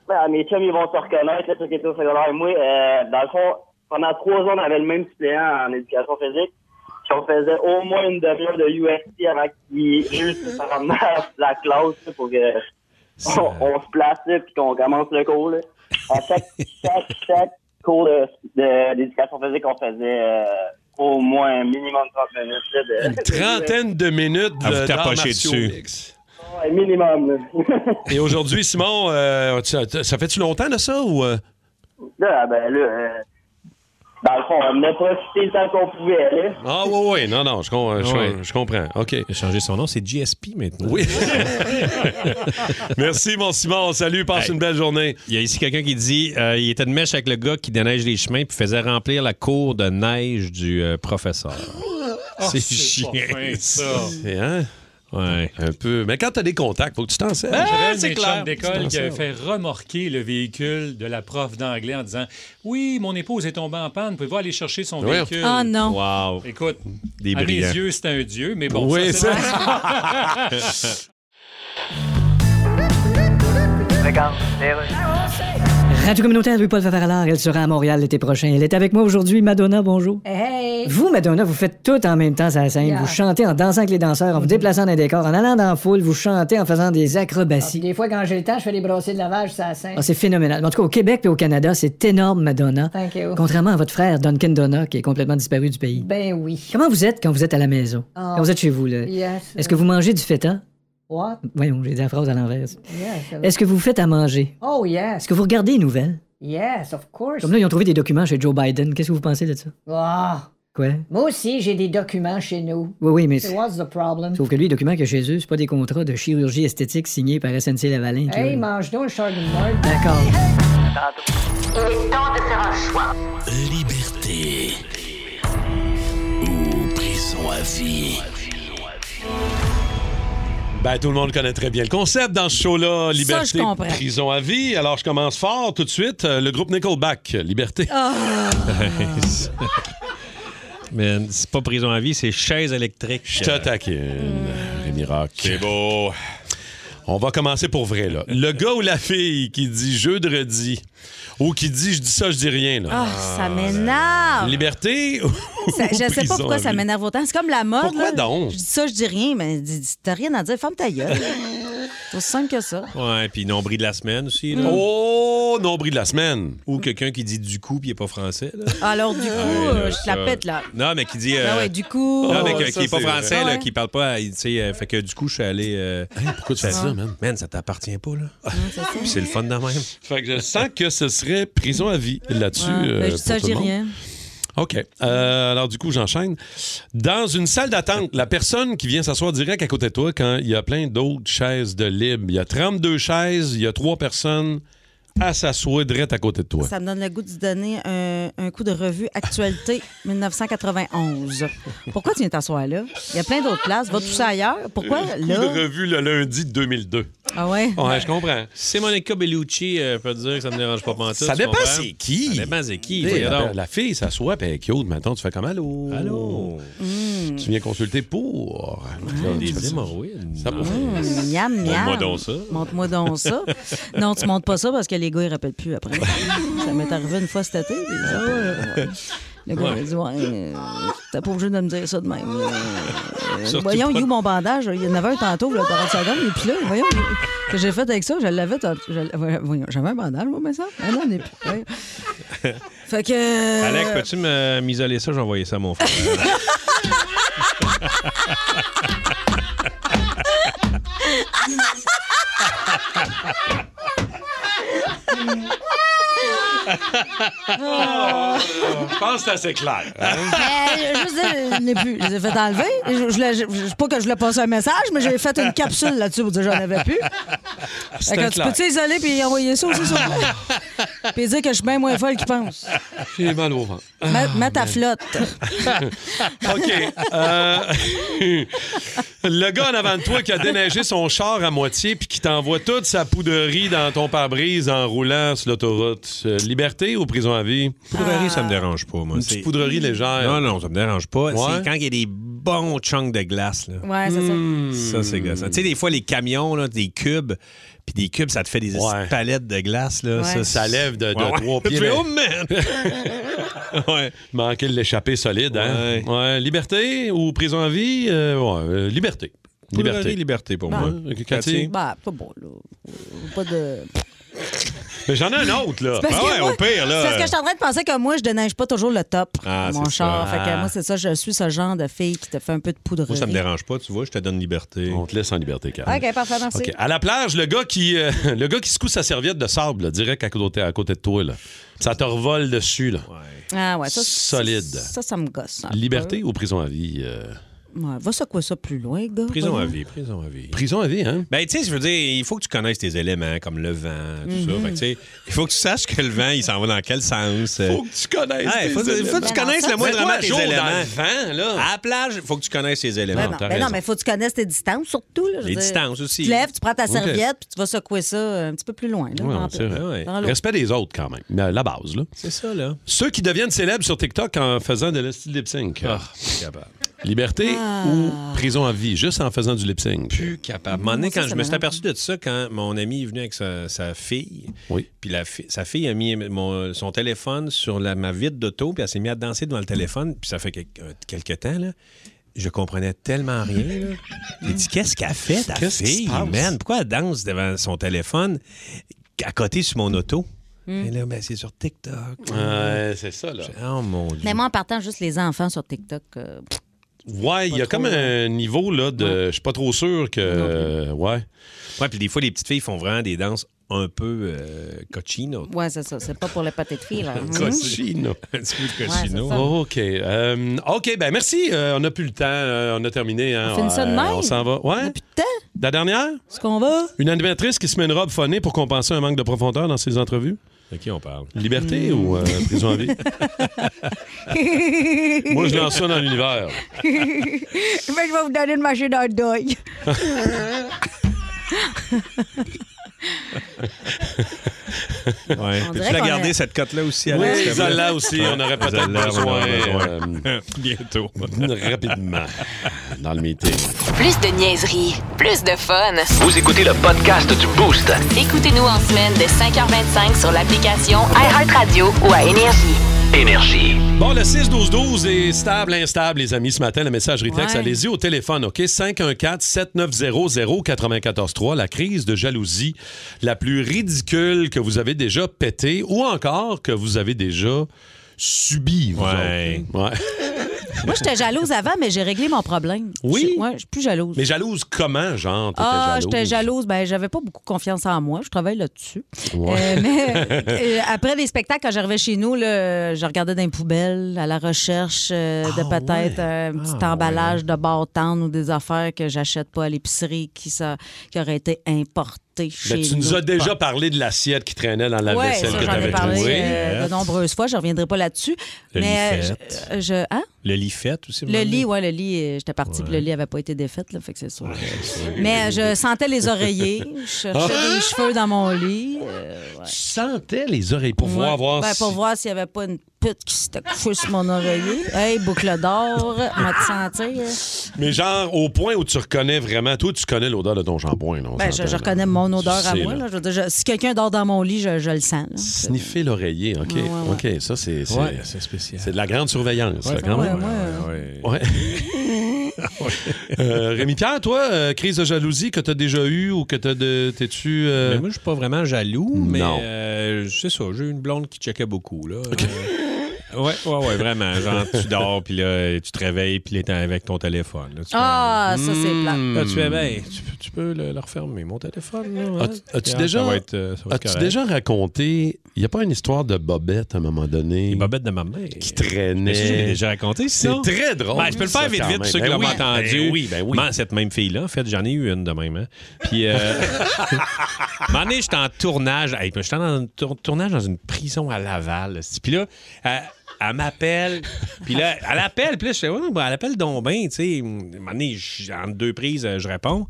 [SPEAKER 17] Ben, mes chums, ils vont se reconnaître, là, ceux qui étaient au secondaire. Moi, euh, dans le fond, pendant trois ans, on avait le même suppléant en éducation physique. Puis on faisait au moins une demi-heure de UFC avant qu'il réussisse à ramener à la classe là, pour que on, on se place là, puis qu'on commence le cours. Là. À chaque, chaque, chaque cours de- de- d'éducation physique, on faisait euh, au moins un minimum de 30 minutes. là, de-
[SPEAKER 3] Une trentaine de minutes
[SPEAKER 2] À vous
[SPEAKER 3] de- d'arts
[SPEAKER 2] tapocher
[SPEAKER 3] martiaux
[SPEAKER 2] dessus.
[SPEAKER 3] mixtes.
[SPEAKER 17] Ouais, minimum. là.
[SPEAKER 3] Et aujourd'hui, Simon, euh, tu- tu- ça fait-tu longtemps de ça ou. euh?
[SPEAKER 17] Là, ben là, euh, dans le fond, on a profité le temps qu'on pouvait, là.
[SPEAKER 3] Ah, oui, oui, non, non, je, com- je-
[SPEAKER 2] Ouais.
[SPEAKER 3] je comprends. OK.
[SPEAKER 2] Il a changé son nom, c'est GSP maintenant.
[SPEAKER 3] Oui. Merci, mon Simon. Salut, passe une belle journée.
[SPEAKER 2] Il y a ici quelqu'un qui dit euh, il était de mèche avec le gars qui déneige les chemins puis faisait remplir la cour de neige du euh, professeur. Oh, Ah, c'est chiant.
[SPEAKER 3] C'est, hein?
[SPEAKER 2] Ouais.
[SPEAKER 3] Un peu. Mais quand t'as des contacts, faut que tu t'en sers.
[SPEAKER 2] Ah, Hein?
[SPEAKER 4] J'avais un
[SPEAKER 3] c'est
[SPEAKER 4] c'est
[SPEAKER 3] clair.
[SPEAKER 4] d'école
[SPEAKER 3] Tu
[SPEAKER 4] qui
[SPEAKER 3] t'en
[SPEAKER 4] avait
[SPEAKER 3] sers.
[SPEAKER 4] fait remorquer le véhicule de la prof d'anglais en disant Oui, mon épouse est tombée en panne, pouvez-vous aller chercher son
[SPEAKER 2] Oui.
[SPEAKER 4] véhicule
[SPEAKER 6] Ah, non.
[SPEAKER 2] Wow.
[SPEAKER 4] Écoute,
[SPEAKER 2] Des
[SPEAKER 4] à mes
[SPEAKER 2] brillants.
[SPEAKER 4] yeux, c'est un dieu, mais bon.
[SPEAKER 2] Oui,
[SPEAKER 4] ça,
[SPEAKER 2] ça-
[SPEAKER 4] c'est-
[SPEAKER 7] Radio communautaire Louis-Paul Favaralard, elle sera à Montréal l'été prochain. Elle est avec moi aujourd'hui. Madonna, bonjour.
[SPEAKER 8] Hey!
[SPEAKER 7] Vous, Madonna, vous faites tout en même temps sur la scène.
[SPEAKER 8] Yeah. Mm-hmm.
[SPEAKER 7] Vous chantez en dansant avec les danseurs, en vous déplaçant dans les décors, en allant dans la foule, vous chantez en faisant des acrobaties.
[SPEAKER 8] Des fois, quand j'ai le temps, je fais des brassées de lavage, ça scène.
[SPEAKER 7] Ah, c'est phénoménal. En tout cas, au Québec et au Canada, c'est énorme, Madonna.
[SPEAKER 8] Thank you.
[SPEAKER 7] Contrairement à votre frère, Duncan Donna, qui est complètement disparu du pays.
[SPEAKER 8] Ben oui.
[SPEAKER 7] Comment vous êtes quand vous êtes à la maison?
[SPEAKER 8] Ah.
[SPEAKER 7] Quand vous êtes chez vous, là?
[SPEAKER 8] Yes.
[SPEAKER 7] Est-ce que vous mangez du feta?
[SPEAKER 8] What?
[SPEAKER 7] Voyons, j'ai dit la phrase à l'envers.
[SPEAKER 8] Yes.
[SPEAKER 7] Est-ce que vous faites à manger?
[SPEAKER 8] Oh, yes.
[SPEAKER 7] Est-ce que vous regardez les nouvelles?
[SPEAKER 8] Yes, of course.
[SPEAKER 7] Comme là, ils ont trouvé des documents chez Joe Biden. Qu'est-ce que vous pensez de ça?
[SPEAKER 8] Ah,
[SPEAKER 7] Quoi?
[SPEAKER 8] Moi aussi, j'ai des documents chez nous.
[SPEAKER 7] Oui, oui, mais
[SPEAKER 8] So
[SPEAKER 7] c'est-
[SPEAKER 8] What's the problem?
[SPEAKER 7] Sauf que lui, les documents que chez eux, c'est pas des contrats de chirurgie esthétique signés par SNC Lavalin. que-
[SPEAKER 8] Hey, mange donc un chardonnay.
[SPEAKER 7] D'accord.
[SPEAKER 13] Il est temps de faire un choix.
[SPEAKER 18] Liberté ou prison à vie.
[SPEAKER 3] Ben, tout le monde connaît très bien le concept dans ce show-là. Liberté,
[SPEAKER 13] je comprends.
[SPEAKER 3] prison à vie. Alors, je commence fort tout de suite. Euh, Le groupe Nickelback, Liberté.
[SPEAKER 6] Ah.
[SPEAKER 2] Man, c'est pas prison à vie, c'est chaise électrique.
[SPEAKER 3] Je te taquine, Rémi Rock. C'est beau. On va commencer pour vrai, là. Le gars ou la fille qui dit jeudi ou qui dit je dis ça, je dis rien, là.
[SPEAKER 6] Ah, ça m'énerve.
[SPEAKER 3] Liberté ou
[SPEAKER 6] Ça- je sais
[SPEAKER 3] prison
[SPEAKER 6] pas
[SPEAKER 3] à
[SPEAKER 6] pourquoi ça
[SPEAKER 3] vie?
[SPEAKER 6] m'énerve autant. C'est comme la mode.
[SPEAKER 3] Pourquoi
[SPEAKER 6] là.
[SPEAKER 3] donc?
[SPEAKER 6] Je dis ça, je dis rien, mais dis- dis- t'as rien à dire. Ferme ta gueule. C'est aussi simple que ça.
[SPEAKER 2] Ouais, puis nombril de la semaine aussi.
[SPEAKER 6] Mm.
[SPEAKER 3] Oh, nombril de la semaine.
[SPEAKER 2] Ou quelqu'un qui dit du coup puis il est pas français. là.
[SPEAKER 6] Alors, du coup, euh,
[SPEAKER 2] là,
[SPEAKER 6] je te la
[SPEAKER 2] ça.
[SPEAKER 6] pète, là.
[SPEAKER 2] Non, mais qui dit. euh,
[SPEAKER 6] Ah ouais, du coup.
[SPEAKER 2] Non, mais
[SPEAKER 6] Oh,
[SPEAKER 2] que-
[SPEAKER 6] ça,
[SPEAKER 2] qui est pas
[SPEAKER 6] c'est
[SPEAKER 2] français,
[SPEAKER 6] vrai.
[SPEAKER 2] là,
[SPEAKER 6] Ouais.
[SPEAKER 2] qui parle pas. Tu sais, euh, fait que du coup, je suis allé. euh, Ah.
[SPEAKER 3] pourquoi tu
[SPEAKER 6] fais ça, man?
[SPEAKER 2] Man, ça t'appartient pas,
[SPEAKER 6] Ah,
[SPEAKER 2] là. Puis c'est le fun de même.
[SPEAKER 3] Fait que je sens que ce serait prison à vie là-dessus.
[SPEAKER 6] Ouais,
[SPEAKER 3] euh,
[SPEAKER 6] ben, je
[SPEAKER 3] pour
[SPEAKER 6] dis ça,
[SPEAKER 3] tout
[SPEAKER 6] je dis
[SPEAKER 3] le monde.
[SPEAKER 6] rien.
[SPEAKER 3] OK. Euh, alors, du coup, j'enchaîne. Dans une salle d'attente, la personne qui vient s'asseoir direct à côté de toi quand il y a plein d'autres chaises de libre. Il y a 32 chaises, il y a trois personnes à s'asseoir direct à côté de toi.
[SPEAKER 6] Ça me donne le goût de se donner un, un coup de revue Actualité 1991. Pourquoi tu viens t'asseoir là? Il y a plein d'autres places. Va toucher ailleurs. Pourquoi
[SPEAKER 3] Euh, Coup de
[SPEAKER 6] là?
[SPEAKER 3] revue le lundi 2002.
[SPEAKER 6] Ah ouais?
[SPEAKER 3] Ouais, je comprends.
[SPEAKER 2] C'est Monica Bellucci, euh, peut dire que ça me dérange pas pantoute.
[SPEAKER 3] Ça
[SPEAKER 2] tu
[SPEAKER 3] dépend
[SPEAKER 2] comprends?
[SPEAKER 3] c'est qui.
[SPEAKER 2] Ça dépend c'est qui.
[SPEAKER 3] Tu sais,
[SPEAKER 2] voyons
[SPEAKER 3] La,
[SPEAKER 2] donc.
[SPEAKER 3] la fille s'assoit, puis elle est cute. Maintenant, tu fais comme allô. Allô. Tu viens consulter pour.
[SPEAKER 2] Ouais. Des
[SPEAKER 3] hémorroïdes. Ah,
[SPEAKER 6] Mmh, miam, miam.
[SPEAKER 3] Montre-moi donc ça.
[SPEAKER 6] Montre-moi donc ça. non, tu montes pas ça parce que les gars, ils rappellent plus après. ça m'est arrivé une fois cet été. puis ils rappellent. Le gars, il dit Ouais, euh, t'es pas obligé de me dire ça de même. Euh,
[SPEAKER 13] Surtout
[SPEAKER 6] voyons,
[SPEAKER 13] pas-
[SPEAKER 6] il est où mon bandage? Il y en avait un tantôt, là, 40 secondes, et puis là, voyons, que j'ai fait avec ça, je l'avais tantôt. Je l'avais- voyons, J'avais un bandage, moi, mais ça? Ah non, on est plus. voyons. Fait que.
[SPEAKER 2] Alex, peux-tu me- m'isoler ça? J'ai envoyé ça à mon frère.
[SPEAKER 3] Je pense que c'est assez clair. hein?
[SPEAKER 6] Euh, je veux dire, je n'ai plus. Je les ai fait enlever. Je, je, l'ai- je- je- pas que je l'ai passé un message, mais j'ai fait une capsule là-dessus pour dire que j'en avais plus. Fait que tu peux-tu isoler puis envoyer ça aussi sur moi? Puis dire que je suis bien moins folle qu'ils pensent.
[SPEAKER 3] J'ai mal au ventre.
[SPEAKER 6] Mets, mets ta flotte.
[SPEAKER 3] OK. euh, le gars en avant de toi qui a déneigé son char à moitié puis qui t'envoie toute sa poudrerie dans ton pare-brise en roulant sur l'autoroute. Euh, liberté ou prison à vie?
[SPEAKER 2] Poudrerie, ça me dérange pas, moi.
[SPEAKER 3] Une
[SPEAKER 2] C'est-
[SPEAKER 3] petite poudrerie légère.
[SPEAKER 2] Non, non, ça me dérange pas.
[SPEAKER 3] Ouais.
[SPEAKER 2] C'est quand il y a des bons chunks de glace. Là.
[SPEAKER 6] Ouais, c'est ça.
[SPEAKER 2] Hmm, Ça, c'est gossant. Tu sais, des fois, les camions, là, des cubes, puis des cubes, ça te fait des
[SPEAKER 3] Ouais.
[SPEAKER 2] palettes de glace. Là,
[SPEAKER 3] Ouais.
[SPEAKER 2] ça,
[SPEAKER 3] Ça lève de- de trois
[SPEAKER 2] Tu
[SPEAKER 3] pieds,
[SPEAKER 2] fais,
[SPEAKER 3] mais-
[SPEAKER 2] oh, man! ouais.
[SPEAKER 3] Manquer de l'échapper solide, hein? Ouais. Liberté ou prison à vie? Euh, ouais, euh, liberté.
[SPEAKER 2] Poudrerie,
[SPEAKER 3] Liberté.
[SPEAKER 2] liberté pour
[SPEAKER 3] Ouais.
[SPEAKER 2] moi.
[SPEAKER 3] Ok, Cathy?
[SPEAKER 6] Bah, pas bon, là. Pas de.
[SPEAKER 3] Mais j'en ai un autre, là.
[SPEAKER 6] C'est parce
[SPEAKER 3] Ah
[SPEAKER 6] que
[SPEAKER 3] ouais,
[SPEAKER 6] moi-
[SPEAKER 3] au pire, là.
[SPEAKER 6] C'est parce que je suis en train de penser que moi, je déneige pas toujours le top.
[SPEAKER 2] Ah,
[SPEAKER 6] mon
[SPEAKER 2] c'est
[SPEAKER 6] char.
[SPEAKER 2] ça.
[SPEAKER 6] Fait que
[SPEAKER 2] Ah.
[SPEAKER 6] moi, c'est ça, je suis ce genre de fille qui te fait un peu de poudrerie.
[SPEAKER 2] Moi, ça me dérange pas, tu vois, je te donne liberté.
[SPEAKER 3] On te laisse en liberté, Cathy.
[SPEAKER 6] OK, parfait, merci.
[SPEAKER 3] OK. À la plage, le gars qui, euh, le gars qui secoue sa serviette de sable, là, direct à côté, à côté de toi, là. ça te revole dessus. Là.
[SPEAKER 6] Ah ouais, ça, ça-
[SPEAKER 3] Solide.
[SPEAKER 6] Ça, ça me gosse. un peu.
[SPEAKER 3] Liberté ou prison à vie? euh?
[SPEAKER 6] Ouais, va secouer ça plus loin, gars.
[SPEAKER 2] Prison à
[SPEAKER 6] Voyons.
[SPEAKER 2] vie, prison à vie.
[SPEAKER 3] Prison à vie, hein?
[SPEAKER 2] Ben, tu sais, je veux dire, il faut que tu connaisses tes éléments, comme le vent, tout
[SPEAKER 6] Mhm.
[SPEAKER 2] ça. Fait que, tu sais, il faut que tu saches que le vent, il s'en va dans quel sens.
[SPEAKER 3] Faut que tu connaisses
[SPEAKER 2] Ouais,
[SPEAKER 3] tes
[SPEAKER 2] faut, faut
[SPEAKER 3] éléments.
[SPEAKER 2] que tu connaisses le
[SPEAKER 3] Mets-toi à
[SPEAKER 2] moindrement tes
[SPEAKER 3] jour dans
[SPEAKER 2] éléments.
[SPEAKER 3] le vent, là.
[SPEAKER 2] À la plage, il faut que tu connaisses tes éléments.
[SPEAKER 6] Ben non, ben non, mais il faut que tu connaisses tes distances surtout. là, je veux
[SPEAKER 2] Les
[SPEAKER 6] dire.
[SPEAKER 2] distances aussi.
[SPEAKER 6] Tu te lèves, tu prends ta
[SPEAKER 3] Ok.
[SPEAKER 6] serviette, puis tu vas secouer ça euh, un petit peu plus loin. Là,
[SPEAKER 3] Ouais,
[SPEAKER 6] dans-
[SPEAKER 3] c'est vrai.
[SPEAKER 6] dans l'eau.
[SPEAKER 3] Respect des autres, quand même. Mais, euh, La base, là.
[SPEAKER 2] C'est ça, là.
[SPEAKER 3] Ceux qui deviennent célèbres sur TikTok en faisant de le style lip sync. Liberté
[SPEAKER 2] Ah.
[SPEAKER 3] ou prison à vie, juste en faisant du lip sync.
[SPEAKER 2] Plus capable. À un moment donné,
[SPEAKER 3] Moi, ça,
[SPEAKER 2] quand
[SPEAKER 3] ça
[SPEAKER 2] je me suis
[SPEAKER 3] m'énerve.
[SPEAKER 2] aperçu de ça, quand mon ami est venu avec sa, sa fille,
[SPEAKER 3] Oui.
[SPEAKER 2] puis la fi- sa fille a mis mon- son téléphone sur la, ma vitre d'auto, puis elle s'est mise à danser devant le téléphone, puis ça fait quel- euh, quelques temps, là. Je comprenais tellement rien. là. J'ai dit, qu'est-ce qu'elle fait, ta
[SPEAKER 3] Qu'est-ce qui se
[SPEAKER 2] fille,
[SPEAKER 3] passe?
[SPEAKER 2] man? Pourquoi elle danse devant son téléphone à côté sur mon auto?
[SPEAKER 3] Hmm.
[SPEAKER 2] Mais là, ben, c'est sur TikTok.
[SPEAKER 3] Ouais, Euh, c'est ça, là.
[SPEAKER 2] Oh mon Dieu.
[SPEAKER 6] Mais moi, en partant juste les enfants sur TikTok. euh,
[SPEAKER 3] Ouais, il y a comme
[SPEAKER 2] hein.
[SPEAKER 3] un niveau là de. Je suis pas trop sûr que. euh, ouais.
[SPEAKER 2] Ouais, puis des fois, les petites filles font vraiment des danses un peu euh, cochino.
[SPEAKER 6] Ouais, c'est ça. C'est pas pour les pâtés de filles, là. Mhm.
[SPEAKER 2] Cochino. Mmh. Un petit peu de cochino.
[SPEAKER 6] ça.
[SPEAKER 3] OK. euh, OK, ben merci. Euh, on n'a plus le temps. Euh, on a terminé. hein.
[SPEAKER 6] On finit ça de
[SPEAKER 3] Euh,
[SPEAKER 6] même?
[SPEAKER 3] On s'en va. Ouais. La dernière?
[SPEAKER 6] Ce qu'on va?
[SPEAKER 3] Une animatrice qui se met une robe phonée pour compenser un manque de profondeur dans ses entrevues? De qui on parle? Liberté
[SPEAKER 6] Mmh.
[SPEAKER 3] ou euh, prison à vie?
[SPEAKER 6] Ben,
[SPEAKER 3] Moi, je lance ça dans l'univers.
[SPEAKER 6] Mais je vais vous donner une machine à deuil.
[SPEAKER 2] Ouais.
[SPEAKER 6] On
[SPEAKER 2] Peux-tu
[SPEAKER 6] dirait
[SPEAKER 2] la
[SPEAKER 6] qu'on
[SPEAKER 2] garder,
[SPEAKER 6] a-
[SPEAKER 2] cette cote-là aussi,
[SPEAKER 3] Oui,
[SPEAKER 2] Alex?
[SPEAKER 3] celle-là aussi, on aurait peut-être
[SPEAKER 2] Celle-là, on en a
[SPEAKER 3] besoin, euh,
[SPEAKER 2] besoin. Bientôt.
[SPEAKER 3] Rapidement. Dans le meeting.
[SPEAKER 1] Plus de niaiserie, plus de fun.
[SPEAKER 18] Vous écoutez le podcast du Boost.
[SPEAKER 1] Écoutez-nous en semaine de 5h25 sur l'application iHeartRadio ou à Énergie.
[SPEAKER 18] Énergie.
[SPEAKER 3] Bon, le 6-12-12 est stable, instable, les amis. Ce matin, le message texte,
[SPEAKER 18] Ouais.
[SPEAKER 3] allez-y au téléphone, OK? 514-7900-943, la crise de jalousie la plus ridicule que vous avez déjà pétée ou encore que vous avez déjà subie, vous autres. hein? Ouais.
[SPEAKER 6] Moi, j'étais jalouse avant, mais j'ai réglé mon problème.
[SPEAKER 3] Oui?
[SPEAKER 6] Je- ouais, je suis plus jalouse.
[SPEAKER 3] Mais jalouse comment, genre? T'étais
[SPEAKER 6] Ah,
[SPEAKER 3] jalouse?
[SPEAKER 6] j'étais jalouse. Ben, j'avais pas beaucoup confiance en moi. Je travaille là-dessus.
[SPEAKER 3] Ouais.
[SPEAKER 6] Euh, mais euh, après les spectacles, quand j'arrivais chez nous, là, je regardais dans les poubelles à la recherche euh, de
[SPEAKER 3] Ah
[SPEAKER 6] peut-être un petit emballage de bar tendre ou des affaires que j'achète pas à l'épicerie qui, ça, qui auraient été importées chez
[SPEAKER 3] Ben, tu nous as déjà parlé de l'assiette qui traînait dans la
[SPEAKER 6] Ouais,
[SPEAKER 3] vaisselle
[SPEAKER 6] ça,
[SPEAKER 3] que tu
[SPEAKER 6] j'en ai
[SPEAKER 3] avais
[SPEAKER 6] parlé
[SPEAKER 3] trouvée.
[SPEAKER 6] euh, de nombreuses fois. Je reviendrai pas là-dessus.
[SPEAKER 2] Le
[SPEAKER 6] mais
[SPEAKER 2] lit
[SPEAKER 6] euh,
[SPEAKER 2] fait.
[SPEAKER 6] je, je- hein?
[SPEAKER 2] Le lit fait aussi.
[SPEAKER 6] Le lit, ouais, le lit, euh, j'étais partie, puis le lit avait pas été défait, là, fait que c'est sûr. Mais
[SPEAKER 2] euh,
[SPEAKER 6] je sentais les oreillers, je cherchais
[SPEAKER 3] Ah!
[SPEAKER 6] des cheveux dans mon lit. euh, ouais.
[SPEAKER 3] Tu sentais les oreilles pour
[SPEAKER 6] Ouais.
[SPEAKER 3] voir, voir
[SPEAKER 6] Ben,
[SPEAKER 3] si-
[SPEAKER 6] Pour voir s'il n'y avait pas une pute qui s'était couchée sur mon oreiller. Hey, boucle d'or, m'a te sentir.
[SPEAKER 3] Mais genre, au point où tu reconnais vraiment, toi, tu connais l'odeur de ton shampoing. là, on
[SPEAKER 6] Ben, je,
[SPEAKER 3] s'entend,
[SPEAKER 6] je
[SPEAKER 3] là.
[SPEAKER 6] reconnais mon odeur
[SPEAKER 3] Tu
[SPEAKER 6] à
[SPEAKER 3] sais,
[SPEAKER 6] moi.
[SPEAKER 3] là.
[SPEAKER 6] là. Je veux dire, je- si quelqu'un dort dans mon lit, je, je le sens. là.
[SPEAKER 3] Sniffer l'oreiller, OK.
[SPEAKER 6] Ouais, ouais,
[SPEAKER 3] OK, ça, c'est... c'est-
[SPEAKER 2] Ouais, c'est spécial.
[SPEAKER 3] C'est de la grande surveillance,
[SPEAKER 2] Ouais,
[SPEAKER 3] là, quand
[SPEAKER 2] ouais, ouais,
[SPEAKER 3] même. Ouais. Euh, Rémi-Pierre, toi, euh, crise de jalousie que t'as déjà eue ou que t'as de... T'es-tu... euh,
[SPEAKER 2] Mais moi, je suis pas vraiment jaloux, mais
[SPEAKER 3] Non.
[SPEAKER 2] euh, c'est ça. J'ai eu une blonde qui checkait beaucoup. Là. Euh, ouais, ouais, ouais, vraiment. Genre, tu dors, puis là, tu te réveilles, puis là, t'es avec ton téléphone. là. Tu
[SPEAKER 6] Ah,
[SPEAKER 2] fais-
[SPEAKER 6] ça,
[SPEAKER 3] Hmm.
[SPEAKER 6] c'est plate.
[SPEAKER 2] Là, tu fais, ben, tu, peux- tu peux le, le refermer, mon téléphone. là, hein?
[SPEAKER 3] As- As-tu
[SPEAKER 2] Ah,
[SPEAKER 3] déjà,
[SPEAKER 2] Ça va être, euh, ça va être
[SPEAKER 3] as-tu
[SPEAKER 2] correct.
[SPEAKER 3] déjà raconté, il n'y a pas une histoire de bobette à un moment donné? Une bobette
[SPEAKER 2] de ma mère.
[SPEAKER 3] Qui traînait.
[SPEAKER 2] Mais ça, je l'ai déjà raconté,
[SPEAKER 3] C'est
[SPEAKER 2] sinon.
[SPEAKER 3] très drôle.
[SPEAKER 2] Ben, je peux le faire
[SPEAKER 3] ça,
[SPEAKER 2] vite,
[SPEAKER 3] quand
[SPEAKER 2] vite,
[SPEAKER 3] même.
[SPEAKER 2] pour ceux qui
[SPEAKER 3] Ben
[SPEAKER 2] l'ont
[SPEAKER 3] oui,
[SPEAKER 2] entendu.
[SPEAKER 3] ben oui, ben oui.
[SPEAKER 2] Ben, cette même fille-là, en fait, j'en ai eu une de même. hein. Puis, euh, un moment donné, j'étais en tournage. Hey, j'étais dans un tour- tournage dans une prison à Laval. là. Puis là, elle, elle m'appelle. Puis là, elle appelle. Puis là, je fais, ouais, ben, elle appelle donc ben, tu sais. Un moment donné, j- entre deux prises, euh, je réponds.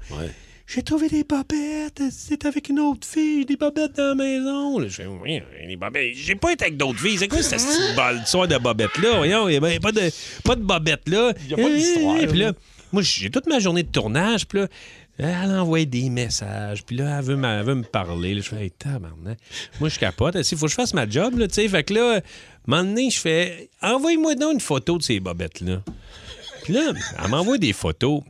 [SPEAKER 2] J'ai trouvé des bobettes. C'est avec une autre fille. Des bobettes dans la maison. Là, je fais, oui, des bobettes. J'ai pas été avec d'autres filles. C'est quoi cette petite bol- histoire de bobettes-là? Voyons, il n'y a pas de, pas de bobettes-là. Il
[SPEAKER 3] y a pas d'histoire,
[SPEAKER 2] Puis
[SPEAKER 3] là.
[SPEAKER 2] là, moi, j'ai toute ma journée de tournage. Puis là, elle envoie des messages. Puis là, elle veut, m'a- elle veut me parler. Là, je fais, hey, tabarnak. Moi, je capote. Il faut que je fasse ma job. Là, tu sais. fait que là, un moment donné, je fais, envoyez-moi donc une photo de ces bobettes-là. Puis là, elle m'envoie des photos.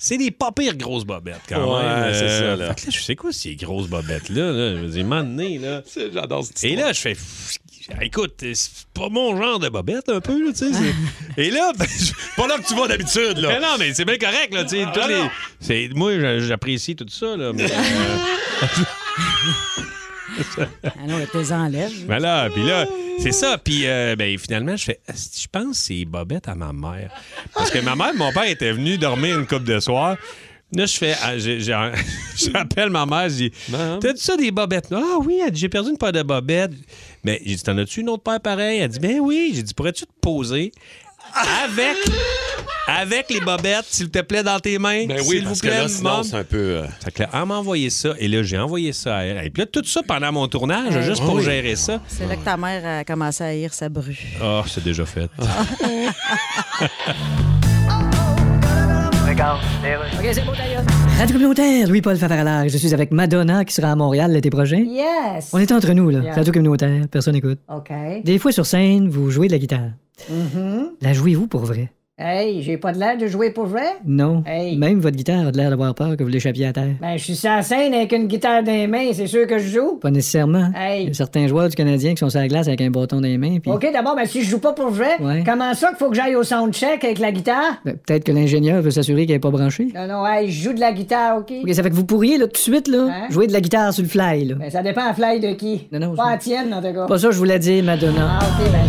[SPEAKER 2] C'est des pas pires grosses bobettes, quand
[SPEAKER 3] Ouais,
[SPEAKER 2] même.
[SPEAKER 3] c'est
[SPEAKER 2] Euh,
[SPEAKER 3] ça, là.
[SPEAKER 2] fait que je sais quoi ces grosses bobettes-là. Là? Je me dis, m'en donné, là.
[SPEAKER 3] J'adore cette
[SPEAKER 2] Et là, je fais, pff, écoute, c'est pas mon genre de bobette, un peu, là, tu sais. c'est- Et là, ben, je-
[SPEAKER 3] Pas là que tu vas d'habitude, là.
[SPEAKER 2] Mais non, mais c'est bien correct, là, tu sais. tous
[SPEAKER 3] non,
[SPEAKER 2] les-
[SPEAKER 3] non.
[SPEAKER 2] c'est- Moi, je- j'apprécie tout ça, là. Mais, euh,
[SPEAKER 6] Alors, elle te Ben, les enlève.
[SPEAKER 3] Ah.
[SPEAKER 2] Voilà, puis là, c'est ça. Puis euh, ben, finalement, je fais, Asti, je pense que c'est bobette à ma mère. Parce que ma mère, mon père était venu dormir une coupe de soir. Là, je fais, ah, j'ai- j'ai un- j'appelle ma mère, je dis, t'as-tu ça des bobettes? Ah oui, elle dit, j'ai perdu une paire de bobettes. Mais j'ai dit, t'en as-tu une autre paire pareille? Elle dit, ben oui. J'ai dit, pourrais-tu te poser avec, avec les bobettes, s'il te plaît, dans tes mains?
[SPEAKER 3] Ben oui,
[SPEAKER 2] s'il
[SPEAKER 3] parce
[SPEAKER 2] vous plaît,
[SPEAKER 3] que là, sinon,
[SPEAKER 2] maman?
[SPEAKER 3] c'est un peu... euh,
[SPEAKER 2] Fait que là, elle m'a envoyé ça, et là, j'ai envoyé ça à elle. Et puis là, tout ça pendant mon tournage,
[SPEAKER 3] Euh,
[SPEAKER 6] Hey.
[SPEAKER 2] juste pour
[SPEAKER 6] Oui.
[SPEAKER 2] gérer ça.
[SPEAKER 6] C'est là que ta mère a commencé à haïr sa bru.
[SPEAKER 2] Ah, c'est déjà fait.
[SPEAKER 8] OK, c'est beau d'ailleurs.
[SPEAKER 7] Radio communautaire, Louis-Paul Favaralard. Je suis avec Madonna qui sera à Montréal l'été prochain.
[SPEAKER 8] Yes.
[SPEAKER 7] On est entre nous, là.
[SPEAKER 8] Yeah.
[SPEAKER 7] Radio communautaire, personne n'écoute.
[SPEAKER 8] OK.
[SPEAKER 7] Des fois sur scène, vous jouez de la guitare.
[SPEAKER 8] Mhm.
[SPEAKER 7] La jouez-vous pour vrai?
[SPEAKER 8] Hey, j'ai pas de l'air de jouer pour vrai?
[SPEAKER 7] Non.
[SPEAKER 8] Hey.
[SPEAKER 7] Même votre guitare a l'air d'avoir peur que vous l'échappiez à terre.
[SPEAKER 8] Ben, je suis sur la scène avec une guitare dans les mains, c'est sûr que je joue.
[SPEAKER 7] Pas nécessairement.
[SPEAKER 8] Hey.
[SPEAKER 7] Il y a certains joueurs du Canadien qui sont sur la glace avec un bâton dans les mains. Puis...
[SPEAKER 8] OK, d'abord, ben, si je joue pas pour vrai,
[SPEAKER 7] Ouais.
[SPEAKER 8] comment ça qu'il faut que j'aille au soundcheck avec la guitare?
[SPEAKER 7] Ben, peut-être que l'ingénieur veut s'assurer qu'elle n'est pas branchée.
[SPEAKER 8] Non, non, hey, je joue de la guitare, OK?
[SPEAKER 7] OK, ça fait que vous pourriez, là, tout de suite, là,
[SPEAKER 8] Hein?
[SPEAKER 7] jouer de la guitare sur le fly, là.
[SPEAKER 8] Ben, ça dépend à fly de qui.
[SPEAKER 7] Non, non,
[SPEAKER 8] pas
[SPEAKER 7] je-
[SPEAKER 8] la tienne, en tout cas.
[SPEAKER 7] Pas ça, je voulais dire, Madonna.
[SPEAKER 8] Ah, OK, ben.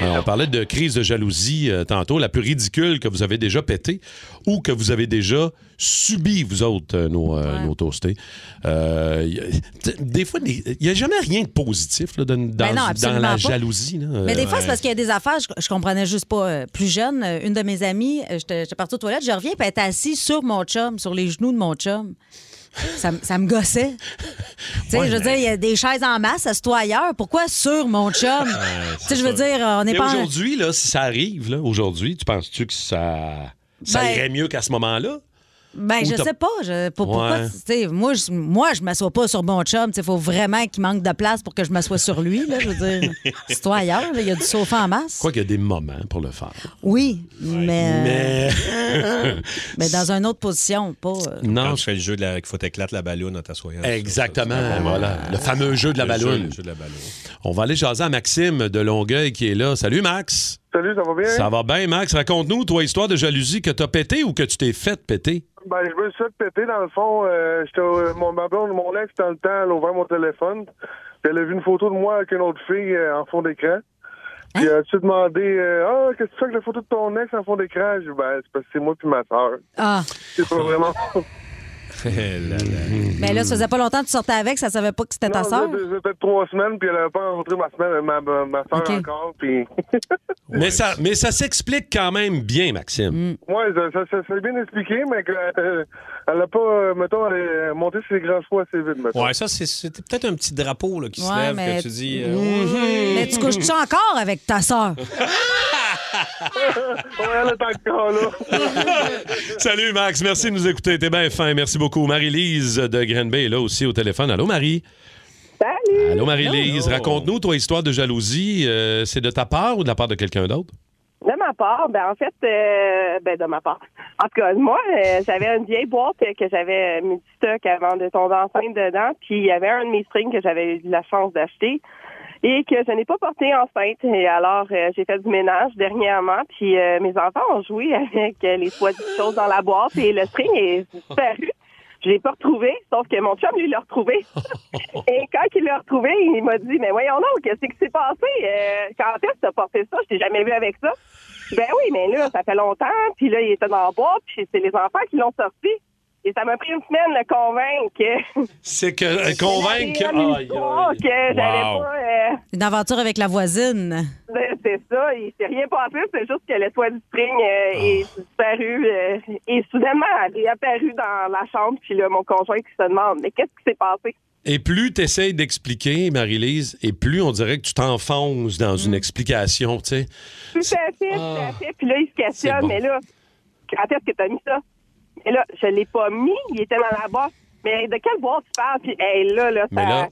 [SPEAKER 3] Alors, on parlait de crise de jalousie euh, tantôt, la plus ridicule que vous avez déjà pétée ou que vous avez déjà subi, vous autres, euh, nos, euh, nos toastés. Euh, y a- t- des fois, il n'y a jamais rien de positif là, dans, dans-
[SPEAKER 6] Ben non,
[SPEAKER 3] dans
[SPEAKER 6] absolument
[SPEAKER 3] la
[SPEAKER 6] pas.
[SPEAKER 3] jalousie. là.
[SPEAKER 6] Mais des
[SPEAKER 3] Euh,
[SPEAKER 6] fois, c'est parce qu'il y a des affaires, je, je comprenais juste pas. Euh, Plus jeune, euh, une de mes amies, euh, j'étais j'étais partie aux toilettes, je reviens, puis elle était assise sur mon chum, sur les genoux de mon chum. Ça, me- ça me gossait. Tu sais,
[SPEAKER 19] Ouais,
[SPEAKER 6] je veux
[SPEAKER 19] mais-
[SPEAKER 6] dire, il y a des chaises en masse, assieds-toi ailleurs. Pourquoi sur mon chum?
[SPEAKER 3] Ouais,
[SPEAKER 6] tu sais, je veux
[SPEAKER 3] c'est ça.
[SPEAKER 6] dire, on n'est
[SPEAKER 3] Mais
[SPEAKER 6] pas... en-
[SPEAKER 3] Aujourd'hui, là, si ça arrive, là, aujourd'hui, tu penses-tu que ça, ça
[SPEAKER 6] Ben-
[SPEAKER 3] irait mieux qu'à ce moment-là?
[SPEAKER 6] Ben,
[SPEAKER 3] Ou
[SPEAKER 6] je
[SPEAKER 3] t'as-
[SPEAKER 6] sais pas. Je, pour- pourquoi,
[SPEAKER 3] Ouais.
[SPEAKER 6] tu sais, moi, je, moi, je m'assois pas sur mon chum. Il faut vraiment qu'il manque de place pour que je m'assoie sur lui. Là, je veux dire, c'est toi ailleurs. là, Il y a du sofa en masse.
[SPEAKER 3] Quoi qu'il y a des moments pour le faire.
[SPEAKER 6] Oui,
[SPEAKER 3] Euh,
[SPEAKER 6] mais...
[SPEAKER 3] Mais-
[SPEAKER 6] mais dans une autre position, pas... euh,
[SPEAKER 3] Non.
[SPEAKER 2] Quand tu fais le jeu de la... qu'il faut t'éclater la balloune en t'assoyant.
[SPEAKER 3] Exactement,
[SPEAKER 2] Ça, c'est un bon
[SPEAKER 3] voilà.
[SPEAKER 2] moment.
[SPEAKER 3] Le fameux jeu de la
[SPEAKER 2] Le jeu,
[SPEAKER 3] balloune.
[SPEAKER 2] le jeu de la balloune.
[SPEAKER 3] On va aller jaser à Maxime de Longueuil qui est là. Salut, Max.
[SPEAKER 20] Salut, ça va bien?
[SPEAKER 3] Ça va bien, Max? Raconte-nous, toi, histoire de jalousie que t'as pété ou que tu t'es fait péter.
[SPEAKER 20] Ben, je me suis fait péter, dans le fond. euh, j'étais au- mon, ma blonde, mon ex, dans le temps, elle a ouvert mon téléphone. Puis elle a vu une photo de moi avec une autre fille euh, en fond d'écran. Puis elle a-tu demandé euh, Ah, qu'est-ce que tu fais avec la photo de ton ex en fond d'écran? J'ai dit, Ben, c'est parce que c'est moi puis ma soeur.
[SPEAKER 6] Ah.
[SPEAKER 20] C'est pas vraiment.
[SPEAKER 6] Mais là, ça faisait pas longtemps que tu sortais avec, ça savait pas que c'était ta sœur.
[SPEAKER 20] peut-être trois semaines, puis elle n'avait pas rencontré ma, semaine, ma, ma, ma soeur encore. Puis.
[SPEAKER 3] Mais ça, mais ça s'explique quand même bien, Maxime.
[SPEAKER 20] Ouais, ça, ça, ça s'est bien expliqué, mais que, euh, elle a pas, euh, mettons, elle a monté ses grands choix assez vite, mettons.
[SPEAKER 2] Ouais, ça, c'est- c'était peut-être un petit drapeau là, qui se
[SPEAKER 6] Ouais,
[SPEAKER 2] lève,
[SPEAKER 6] mais-
[SPEAKER 2] que tu dis. euh,
[SPEAKER 3] mm,
[SPEAKER 6] Mais tu couches-tu encore avec ta sœur?
[SPEAKER 20] elle est encore là.
[SPEAKER 3] Salut, Max. Merci de nous écouter. T'es bien fin. Merci beaucoup. Marie-Lise de Green Bay est là aussi au téléphone. Allô, Marie?
[SPEAKER 21] Salut!
[SPEAKER 3] Allô, Marie-Lise. Raconte-nous, toi, histoire de jalousie. euh, c'est de ta part ou de la part de quelqu'un d'autre?
[SPEAKER 21] De ma part, ben en fait, euh, ben de ma part. En tout cas, moi, euh, j'avais une vieille boîte que j'avais euh, mis du stock avant de tomber enceinte dedans, puis il y avait un de mes strings que j'avais eu de la chance d'acheter et que je n'ai pas porté enceinte. Et alors, euh, j'ai fait du ménage dernièrement, puis euh, mes enfants ont joué avec euh, les soi-dites choses dans la boîte et le string est disparu. Je l'ai pas retrouvé, sauf que mon chum, lui, l'a retrouvé. Et quand il l'a retrouvé, il m'a dit, mais voyons donc, qu'est-ce qui s'est passé? Euh, quand est-ce que t'as porté ça? Je t'ai jamais vu avec ça. Ben oui, mais là, ça fait longtemps. Puis là, il était dans le bois, puis c'est les enfants qui l'ont sorti. Et ça m'a pris une semaine de le convaincre.
[SPEAKER 3] C'est que euh, convaincre.
[SPEAKER 21] que...
[SPEAKER 3] Aïe, aïe.
[SPEAKER 21] que j'avais
[SPEAKER 3] Wow.
[SPEAKER 21] pas... euh,
[SPEAKER 6] Une aventure avec la voisine.
[SPEAKER 21] ben, C'est ça, il s'est rien passé, c'est juste que le toit du string
[SPEAKER 3] Ah.
[SPEAKER 21] euh, est disparu euh, et soudainement elle est apparue dans la chambre, puis là, mon conjoint qui se demande Mais qu'est-ce qui s'est passé?
[SPEAKER 3] Et plus tu essayes d'expliquer, Marie-Lise, et plus on dirait que tu t'enfonces dans
[SPEAKER 2] Mm.
[SPEAKER 3] une Mm. explication, tu sais.
[SPEAKER 21] Tout à fait, tout à fait. Puis là, il se questionne,
[SPEAKER 3] Ah. C'est bon.
[SPEAKER 21] mais là, quand est-ce que t'as mis ça? Mais là, je l'ai pas mis, il était dans la boîte. Mais de quelle boîte tu parles? Puis hey, là, là,
[SPEAKER 3] Mais
[SPEAKER 21] ça-
[SPEAKER 3] là,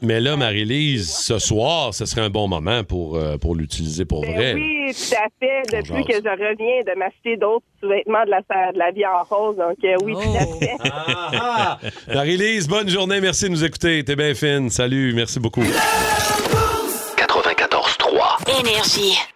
[SPEAKER 3] mais là Marie-Lise, ce soir, ce serait un bon moment pour, euh, pour l'utiliser pour
[SPEAKER 21] Ben
[SPEAKER 3] vrai.
[SPEAKER 21] oui, tout à fait. Depuis
[SPEAKER 3] jase.
[SPEAKER 21] que je reviens de m'acheter d'autres vêtements de la, de la vie en rose, donc euh, oui, tout
[SPEAKER 3] Oh.
[SPEAKER 21] à fait.
[SPEAKER 3] Marie-Lise, bonne journée. Merci de nous écouter. T'es bien fine. Salut. Merci beaucoup.
[SPEAKER 18] 94-3.
[SPEAKER 1] Énergie.